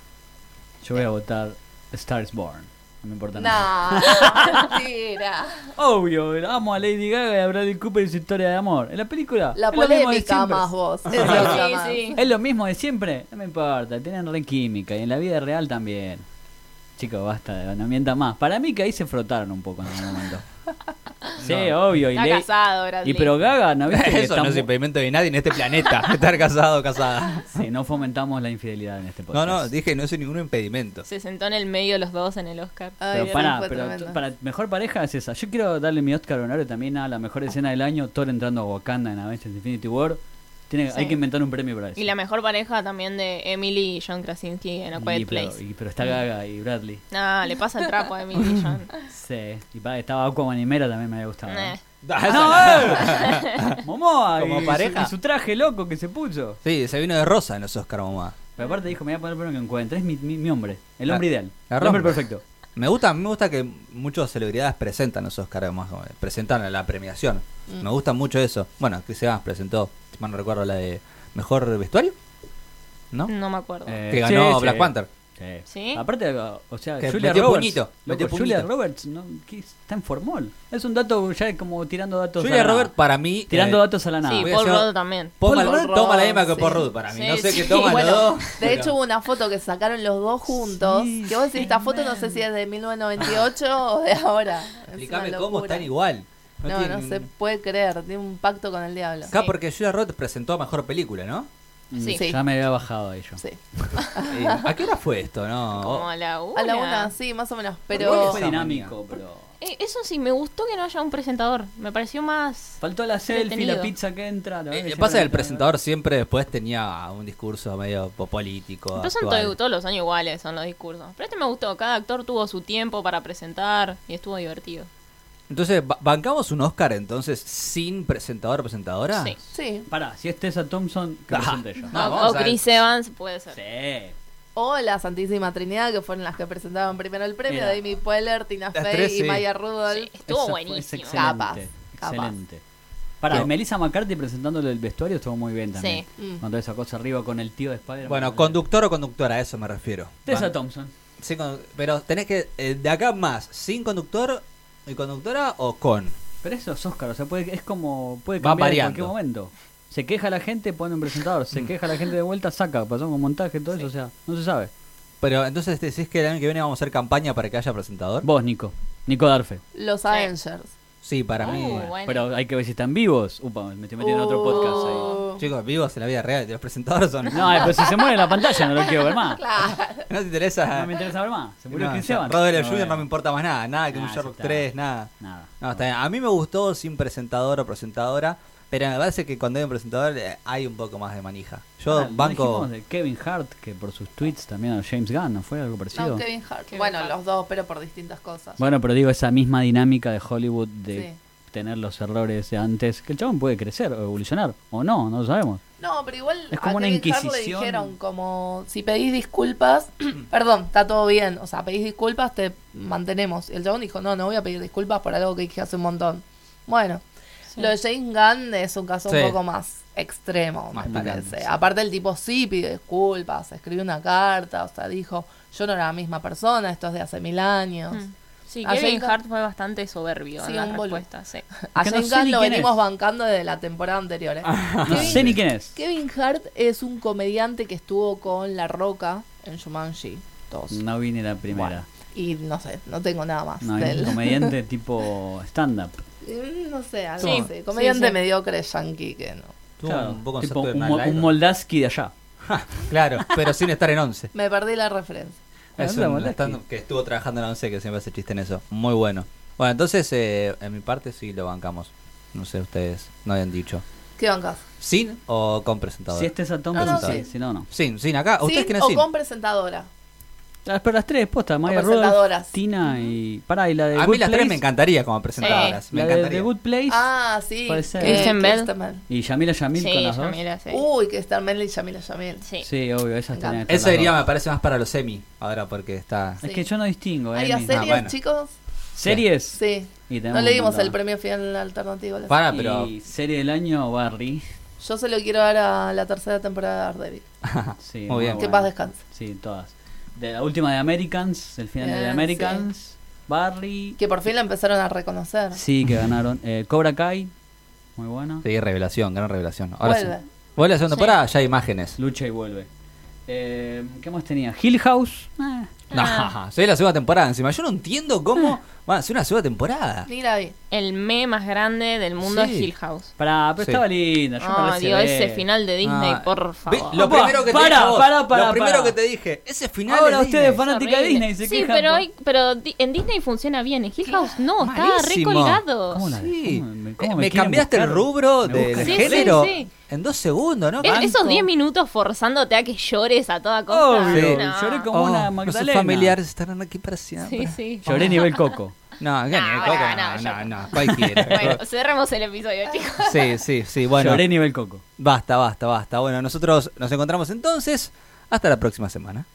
[SPEAKER 2] Yo voy a votar Stars Born. No me importa nada.
[SPEAKER 4] No, mentira.
[SPEAKER 2] Obvio, amo a Lady Gaga y a Bradley Cooper y su historia de amor. En la película.
[SPEAKER 4] La
[SPEAKER 2] es lo mismo de
[SPEAKER 4] polémica
[SPEAKER 2] siempre.
[SPEAKER 4] más vos. Es
[SPEAKER 3] Sí,
[SPEAKER 4] loca más.
[SPEAKER 3] sí.
[SPEAKER 2] Es lo mismo de siempre. No me importa, tienen re química y en la vida real también. Chicos, basta, no mientan más. Para mí que ahí se frotaron un poco en algún momento. sí, obvio. Y,
[SPEAKER 3] Está
[SPEAKER 2] le-
[SPEAKER 3] casado, Bradley.
[SPEAKER 2] y pero Gaga, ¿no viste? que
[SPEAKER 1] Eso no
[SPEAKER 2] estamos-
[SPEAKER 1] es impedimento de nadie en este planeta, estar casado o casada.
[SPEAKER 2] Sí, no fomentamos la infidelidad en este
[SPEAKER 1] No,
[SPEAKER 2] podcast.
[SPEAKER 1] no, dije, no es ningún impedimento.
[SPEAKER 3] Se sentó en el medio los dos en el Oscar.
[SPEAKER 4] Ay,
[SPEAKER 2] Pero
[SPEAKER 4] Dios,
[SPEAKER 2] para,
[SPEAKER 4] fue
[SPEAKER 2] pero
[SPEAKER 4] tremendo.
[SPEAKER 2] t- para mejor pareja es esa. Yo quiero darle mi Oscar honorario también a la mejor escena del año, Thor entrando a Wakanda en Avengers Infinity War. Tiene,
[SPEAKER 3] Sí.
[SPEAKER 2] Hay que inventar un premio para eso.
[SPEAKER 3] Y la mejor pareja también de Emily y John Krasinski en A Quiet
[SPEAKER 2] Y, pero,
[SPEAKER 3] Place.
[SPEAKER 2] y- pero está Gaga y Bradley.
[SPEAKER 3] Ah, le pasa el trapo a Emily y John.
[SPEAKER 2] Sí. Y pa, estaba Aquaman y Mera también me había gustado.
[SPEAKER 3] Eh.
[SPEAKER 2] ¡Ah, no, eh! Momoa
[SPEAKER 1] Como
[SPEAKER 2] y,
[SPEAKER 1] pareja.
[SPEAKER 2] Su, y su traje loco que se puso.
[SPEAKER 1] Sí, se vino de rosa en los Oscar, mamá.
[SPEAKER 2] Pero aparte dijo, me voy a poner el primero que encuentre. Es mi, mi- mi hombre. El hombre
[SPEAKER 1] La-
[SPEAKER 2] ideal.
[SPEAKER 1] la
[SPEAKER 2] el hombre
[SPEAKER 1] rompe.
[SPEAKER 2] perfecto.
[SPEAKER 1] Me gusta, me gusta que muchas celebridades presentan los Oscar, además, como, eh, presentan a la premiación.
[SPEAKER 4] Mm.
[SPEAKER 1] Me gusta mucho eso. Bueno, Chris Evans presentó, si mal no recuerdo, la de Mejor Vestuario, ¿no?
[SPEAKER 4] Mm.
[SPEAKER 3] No me acuerdo.
[SPEAKER 2] Eh,
[SPEAKER 1] Que ganó
[SPEAKER 2] sí,
[SPEAKER 1] Black
[SPEAKER 2] sí.
[SPEAKER 1] Panther.
[SPEAKER 2] Sí.
[SPEAKER 3] Sí.
[SPEAKER 2] Aparte, o o sea,
[SPEAKER 1] Que
[SPEAKER 2] Julia
[SPEAKER 1] metió
[SPEAKER 2] Roberts.
[SPEAKER 1] puñito,
[SPEAKER 2] loco,
[SPEAKER 1] metió
[SPEAKER 2] Julia
[SPEAKER 1] puñito.
[SPEAKER 2] Roberts no, que está en formol. Es un dato ya como tirando datos.
[SPEAKER 1] Julia
[SPEAKER 2] a la-
[SPEAKER 1] Robert, para mí.
[SPEAKER 2] Tirando
[SPEAKER 1] eh,
[SPEAKER 2] datos a la nada.
[SPEAKER 3] sí,
[SPEAKER 1] voy a
[SPEAKER 3] Paul
[SPEAKER 1] hacer-
[SPEAKER 3] Rudd también.
[SPEAKER 1] Paul
[SPEAKER 4] Paul
[SPEAKER 1] Rudd
[SPEAKER 4] Rudd,
[SPEAKER 1] toma la misma que
[SPEAKER 4] sí.
[SPEAKER 1] Paul Rudd para mí.
[SPEAKER 3] Sí,
[SPEAKER 1] no sé qué
[SPEAKER 3] sí.
[SPEAKER 1] toman
[SPEAKER 4] Bueno,
[SPEAKER 1] los dos.
[SPEAKER 4] de
[SPEAKER 1] pero-
[SPEAKER 4] hecho hubo una foto que sacaron los dos juntos.
[SPEAKER 2] Sí,
[SPEAKER 4] que vos decís, esta foto no sé si es de 1998 o de ahora. Es
[SPEAKER 1] Explícame
[SPEAKER 4] una
[SPEAKER 1] cómo
[SPEAKER 4] locura.
[SPEAKER 1] están igual.
[SPEAKER 4] No, no,
[SPEAKER 1] tienen-
[SPEAKER 4] se puede creer. Tiene un pacto con el diablo.
[SPEAKER 1] Acá porque Julia Roberts presentó Mejor Película, ¿no?
[SPEAKER 3] Sí.
[SPEAKER 4] Sí.
[SPEAKER 2] Mm, Ya me había bajado ahí yo.
[SPEAKER 4] Sí.
[SPEAKER 1] Eh, ¿A qué hora fue esto? No.
[SPEAKER 3] Como a la una.
[SPEAKER 4] A la una, sí, más o menos.
[SPEAKER 1] Porque
[SPEAKER 4] Pero
[SPEAKER 2] Fue dinámico, pero.
[SPEAKER 3] Eh, eso sí, me gustó que no haya un presentador. Me pareció más.
[SPEAKER 2] Faltó la selfie,
[SPEAKER 3] Entretenido.
[SPEAKER 2] la pizza que entra. la
[SPEAKER 1] Eh,
[SPEAKER 2] verdad que
[SPEAKER 1] pasa que
[SPEAKER 2] ya no
[SPEAKER 1] el
[SPEAKER 2] entra,
[SPEAKER 1] presentador siempre después tenía un discurso medio po- político.
[SPEAKER 3] Pero son
[SPEAKER 1] actual.
[SPEAKER 3] todo- todos los años iguales, son los discursos. Pero este me gustó. Cada actor tuvo su tiempo para presentar y estuvo divertido.
[SPEAKER 1] Entonces, ba- ¿bancamos un Oscar entonces sin presentador o presentadora?
[SPEAKER 3] Sí.
[SPEAKER 4] sí.
[SPEAKER 2] ¿no? Pará, si es Tessa Thompson, que
[SPEAKER 1] Ah.
[SPEAKER 2] presente yo.
[SPEAKER 1] No,
[SPEAKER 3] o
[SPEAKER 1] vamos a ver.
[SPEAKER 3] Chris Evans puede ser.
[SPEAKER 2] Sí.
[SPEAKER 4] O la Santísima Trinidad, que fueron las que presentaban primero el premio.
[SPEAKER 2] Mira.
[SPEAKER 4] Amy Poehler, Tina
[SPEAKER 1] Las
[SPEAKER 4] Fey
[SPEAKER 1] tres, sí.
[SPEAKER 4] y Maya Rudolph.
[SPEAKER 3] Sí, estuvo
[SPEAKER 2] Esa fue- Es
[SPEAKER 3] buenísimo.
[SPEAKER 2] excelente.
[SPEAKER 4] Capaz, capaz.
[SPEAKER 2] Excelente. Pará,
[SPEAKER 1] Sí.
[SPEAKER 2] Melissa McCarthy presentándole el vestuario estuvo muy bien también.
[SPEAKER 4] Mm.
[SPEAKER 2] Cuando esa cosa arriba con el tío de Spider-Man.
[SPEAKER 1] Bueno, conductor o conductora, a eso me refiero.
[SPEAKER 2] Tessa
[SPEAKER 1] Ban-
[SPEAKER 2] Thompson.
[SPEAKER 1] Sí, con- pero tenés que, eh, de acá más, sin conductor y conductora o con.
[SPEAKER 2] Pero eso es Oscar, o sea, puede, es como. Puede
[SPEAKER 1] Va
[SPEAKER 2] cambiar
[SPEAKER 1] variando. Mm.
[SPEAKER 2] en cualquier momento. Se queja la gente, pone un presentador. Se queja la gente de vuelta, saca. Pasamos con montaje, todo eso, o sea, no se sabe.
[SPEAKER 1] Pero entonces decís que el año que viene vamos a hacer campaña para que haya presentador.
[SPEAKER 2] Vos, Nico. Nico Darfe.
[SPEAKER 4] Los Avengers.
[SPEAKER 1] Sí, para
[SPEAKER 3] Uh,
[SPEAKER 1] mí.
[SPEAKER 3] bueno. Uh.
[SPEAKER 2] Pero hay que ver si están vivos. Upa, me estoy metiendo en otro podcast
[SPEAKER 4] Oh.
[SPEAKER 1] Chicos, vivos en la vida real, los presentadores son.
[SPEAKER 2] ahí. No, eh, pero si se muere la pantalla, no lo quiero ver más.
[SPEAKER 4] Claro.
[SPEAKER 1] No te interesa.
[SPEAKER 2] No me interesa ver más. Se murió
[SPEAKER 1] No,
[SPEAKER 2] Chris
[SPEAKER 1] ya,
[SPEAKER 2] Evans.
[SPEAKER 1] Robert Downey
[SPEAKER 2] No,
[SPEAKER 1] Jr. no
[SPEAKER 2] bueno.
[SPEAKER 1] me importa más nada, nada que un
[SPEAKER 2] Nah,
[SPEAKER 1] Sherlock
[SPEAKER 2] sí está.
[SPEAKER 1] 3, nada.
[SPEAKER 2] Nada.
[SPEAKER 1] No, está bien. A mí me gustó sin presentador o presentadora, pero me parece que cuando hay un presentador eh, hay un poco más de manija. Yo
[SPEAKER 2] Ah, ¿no
[SPEAKER 1] banco.
[SPEAKER 2] dijimos de Kevin Hart, que por sus tweets también a James Gunn, ¿no fue algo parecido?
[SPEAKER 4] No, Kevin Hart.
[SPEAKER 3] Kevin
[SPEAKER 4] bueno,
[SPEAKER 3] Hart.
[SPEAKER 4] los dos, pero por distintas cosas.
[SPEAKER 2] Bueno, pero digo, esa misma dinámica de Hollywood de
[SPEAKER 4] Sí.
[SPEAKER 2] tener los errores de antes, que el chabón puede crecer o evolucionar, o no, no lo sabemos.
[SPEAKER 4] No, pero igual
[SPEAKER 2] Es como
[SPEAKER 4] a
[SPEAKER 2] una
[SPEAKER 4] Kevin Hart le
[SPEAKER 2] inquisición.
[SPEAKER 4] dijeron como si pedís disculpas, perdón, está todo bien, o sea, pedís disculpas, te mantenemos. Y el chabón dijo, no, no voy a pedir disculpas por algo que dije hace un montón. Bueno, lo de James Gunn es un caso
[SPEAKER 1] Sí.
[SPEAKER 4] un poco más extremo,
[SPEAKER 1] Más
[SPEAKER 4] me
[SPEAKER 1] picante,
[SPEAKER 4] parece.
[SPEAKER 1] sí.
[SPEAKER 4] Aparte el tipo sí pide disculpas, escribió una carta, o sea, dijo, yo no era la misma persona, esto es de hace mil años.
[SPEAKER 3] Mm. Sí,
[SPEAKER 4] A
[SPEAKER 3] Kevin
[SPEAKER 4] James-
[SPEAKER 3] Hart fue bastante soberbio
[SPEAKER 4] Sí,
[SPEAKER 3] en las
[SPEAKER 4] un boludo.
[SPEAKER 3] respuestas. Sí.
[SPEAKER 4] A
[SPEAKER 2] Que no
[SPEAKER 4] James
[SPEAKER 2] sé ni
[SPEAKER 4] Gunn lo
[SPEAKER 2] quién es. Ah.
[SPEAKER 4] venimos bancando desde la temporada anterior. ¿eh?
[SPEAKER 2] No sé ni quién es.
[SPEAKER 4] Kevin Hart es un comediante que estuvo con La Roca en Shumanji 2.
[SPEAKER 2] No vi ni la primera.
[SPEAKER 4] Y no sé, no tengo nada más.
[SPEAKER 2] No, es
[SPEAKER 4] del-
[SPEAKER 2] un comediante tipo stand-up.
[SPEAKER 4] Mm, no sé, algo
[SPEAKER 3] Sí,
[SPEAKER 4] así. Comediante
[SPEAKER 3] sí, sí.
[SPEAKER 4] mediocre yankee que no.
[SPEAKER 1] Tuvo
[SPEAKER 2] Claro,
[SPEAKER 1] un poco en
[SPEAKER 2] tipo
[SPEAKER 1] Saturday
[SPEAKER 2] un,
[SPEAKER 1] Night
[SPEAKER 2] mo-
[SPEAKER 1] Live.
[SPEAKER 2] un Moldaski de allá.
[SPEAKER 1] Claro, pero sin estar en 11.
[SPEAKER 4] Me perdí la referencia.
[SPEAKER 1] Es
[SPEAKER 2] Anda,
[SPEAKER 1] un
[SPEAKER 2] Moldaski.
[SPEAKER 1] stand que estuvo trabajando en la 11 que siempre hace chiste en eso. Muy bueno. Bueno, entonces eh, en mi parte sí lo bancamos. No sé ustedes, no habían dicho.
[SPEAKER 4] ¿Qué bancas?
[SPEAKER 1] ¿Sin o con presentador?
[SPEAKER 2] Si este es a Tom,
[SPEAKER 4] Ah, No, no,
[SPEAKER 2] sí,
[SPEAKER 4] sí.
[SPEAKER 2] si no, no.
[SPEAKER 1] Sin, sin acá. ¿Ustedes
[SPEAKER 4] ¿Sin
[SPEAKER 1] quieren
[SPEAKER 4] o
[SPEAKER 1] sin?
[SPEAKER 4] con presentadora?
[SPEAKER 2] Ah, Pero las tres, posta, Maya Rudolph,
[SPEAKER 4] presentadoras.
[SPEAKER 2] Tina y... Pará, y la de
[SPEAKER 1] A
[SPEAKER 2] Good
[SPEAKER 1] mí las tres
[SPEAKER 2] Place,
[SPEAKER 1] me encantaría como presentadoras.
[SPEAKER 3] Sí.
[SPEAKER 1] me
[SPEAKER 2] La de,
[SPEAKER 1] encantaría.
[SPEAKER 2] The Good Place
[SPEAKER 4] Ah, sí.
[SPEAKER 2] Puede ser.
[SPEAKER 4] eh,
[SPEAKER 3] Kristen Bell.
[SPEAKER 4] Kristen Bell.
[SPEAKER 2] y Yamila Yamil con
[SPEAKER 3] Sí,
[SPEAKER 2] las dos.
[SPEAKER 3] Yamila, sí.
[SPEAKER 1] Uh.
[SPEAKER 4] Uy, que estar Mel y Yamila Yamil.
[SPEAKER 3] Sí.
[SPEAKER 2] Sí, obvio, esas
[SPEAKER 4] Me encanta.
[SPEAKER 2] tenían que
[SPEAKER 1] Eso
[SPEAKER 2] estar las
[SPEAKER 1] diría,
[SPEAKER 2] dos.
[SPEAKER 1] me parece más para los semi ahora porque está.
[SPEAKER 2] Es que yo no distingo,
[SPEAKER 4] ¿Hay
[SPEAKER 2] eh. mi-
[SPEAKER 4] series,
[SPEAKER 1] bueno.
[SPEAKER 4] chicos?
[SPEAKER 2] ¿Series?
[SPEAKER 4] Sí.
[SPEAKER 2] Y tenemos
[SPEAKER 4] No le
[SPEAKER 2] un
[SPEAKER 4] dimos
[SPEAKER 2] montón.
[SPEAKER 4] el premio final alternativo. a la
[SPEAKER 1] Para,
[SPEAKER 2] Y
[SPEAKER 1] Ah, pero.
[SPEAKER 2] serie del año, Barry.
[SPEAKER 4] serie. Yo se lo quiero dar a la tercera temporada de Daredevil.
[SPEAKER 2] Sí,
[SPEAKER 1] Muy
[SPEAKER 2] muy
[SPEAKER 1] bien.
[SPEAKER 4] Que
[SPEAKER 2] bueno.
[SPEAKER 4] paz descanse.
[SPEAKER 2] Sí, todas. De la última de Americans, el final de
[SPEAKER 4] Ah,
[SPEAKER 2] Americans, Barry.
[SPEAKER 4] Que por fin la empezaron a reconocer.
[SPEAKER 2] Sí, que ganaron. Eh, Cobra Kai, muy buena.
[SPEAKER 1] Sí, revelación, gran revelación. Ahora
[SPEAKER 4] Vuelve.
[SPEAKER 1] sí. Vuelve la segunda
[SPEAKER 4] Sí.
[SPEAKER 1] temporada, ya hay imágenes.
[SPEAKER 2] Lucha y vuelve. Eh, ¿Qué más tenía? Hill House. eh,
[SPEAKER 3] Ah.
[SPEAKER 1] No, soy la segunda temporada encima. Yo no entiendo cómo va a ser una segunda temporada.
[SPEAKER 4] Ni la vi.
[SPEAKER 3] El me más grande del mundo
[SPEAKER 1] Sí.
[SPEAKER 3] es Hill House.
[SPEAKER 2] Pará, pero
[SPEAKER 1] Sí.
[SPEAKER 2] estaba linda. Yo
[SPEAKER 4] Ah,
[SPEAKER 2] me
[SPEAKER 3] No, digo,
[SPEAKER 2] reservé.
[SPEAKER 3] ese final de Disney,
[SPEAKER 1] Ah,
[SPEAKER 3] por
[SPEAKER 1] Ve,
[SPEAKER 3] favor.
[SPEAKER 1] Lo
[SPEAKER 2] Opa,
[SPEAKER 1] primero que te
[SPEAKER 2] para,
[SPEAKER 1] dije. vos,
[SPEAKER 2] para, para,
[SPEAKER 1] lo primero
[SPEAKER 2] para.
[SPEAKER 1] que te dije. Ese final.
[SPEAKER 2] Ahora
[SPEAKER 1] de
[SPEAKER 2] ustedes
[SPEAKER 1] Disney.
[SPEAKER 2] fanática de
[SPEAKER 3] Horrible.
[SPEAKER 2] Disney, se
[SPEAKER 3] Sí,
[SPEAKER 2] quejan
[SPEAKER 3] pero,
[SPEAKER 2] por-
[SPEAKER 3] hay, pero di- en Disney funciona bien. En Hill House no, está re
[SPEAKER 1] Malísimo.
[SPEAKER 3] colgado.
[SPEAKER 2] ¿Cómo la-
[SPEAKER 1] Sí.
[SPEAKER 2] ¿Cómo me- cómo
[SPEAKER 1] Eh,
[SPEAKER 2] me
[SPEAKER 1] me
[SPEAKER 2] quieren
[SPEAKER 1] cambiaste el
[SPEAKER 2] buscar?
[SPEAKER 1] rubro
[SPEAKER 2] Me
[SPEAKER 1] de,
[SPEAKER 2] buscan.
[SPEAKER 1] del
[SPEAKER 3] Sí, sí,
[SPEAKER 1] género
[SPEAKER 3] sí.
[SPEAKER 1] en dos segundos, ¿no?
[SPEAKER 3] Es-
[SPEAKER 1] Banco.
[SPEAKER 3] esos 10 minutos forzándote a que llores a toda costa.
[SPEAKER 2] Obvio,
[SPEAKER 3] no.
[SPEAKER 2] lloré como
[SPEAKER 1] Oh,
[SPEAKER 2] una
[SPEAKER 1] Nuestros
[SPEAKER 2] Magdalena.
[SPEAKER 1] familiares estarán aquí para siempre.
[SPEAKER 3] Sí, sí.
[SPEAKER 2] Lloré nivel coco.
[SPEAKER 1] No, ¿qué?
[SPEAKER 3] No,
[SPEAKER 1] Coco, no,
[SPEAKER 3] no,
[SPEAKER 1] no,
[SPEAKER 3] no, yo
[SPEAKER 1] no, cualquiera.
[SPEAKER 3] Bueno, cerremos el episodio, chicos.
[SPEAKER 1] Sí, sí, sí, bueno.
[SPEAKER 2] Lloré nivel coco.
[SPEAKER 1] Basta, basta, basta. Bueno, nosotros nos encontramos entonces. Hasta la próxima semana.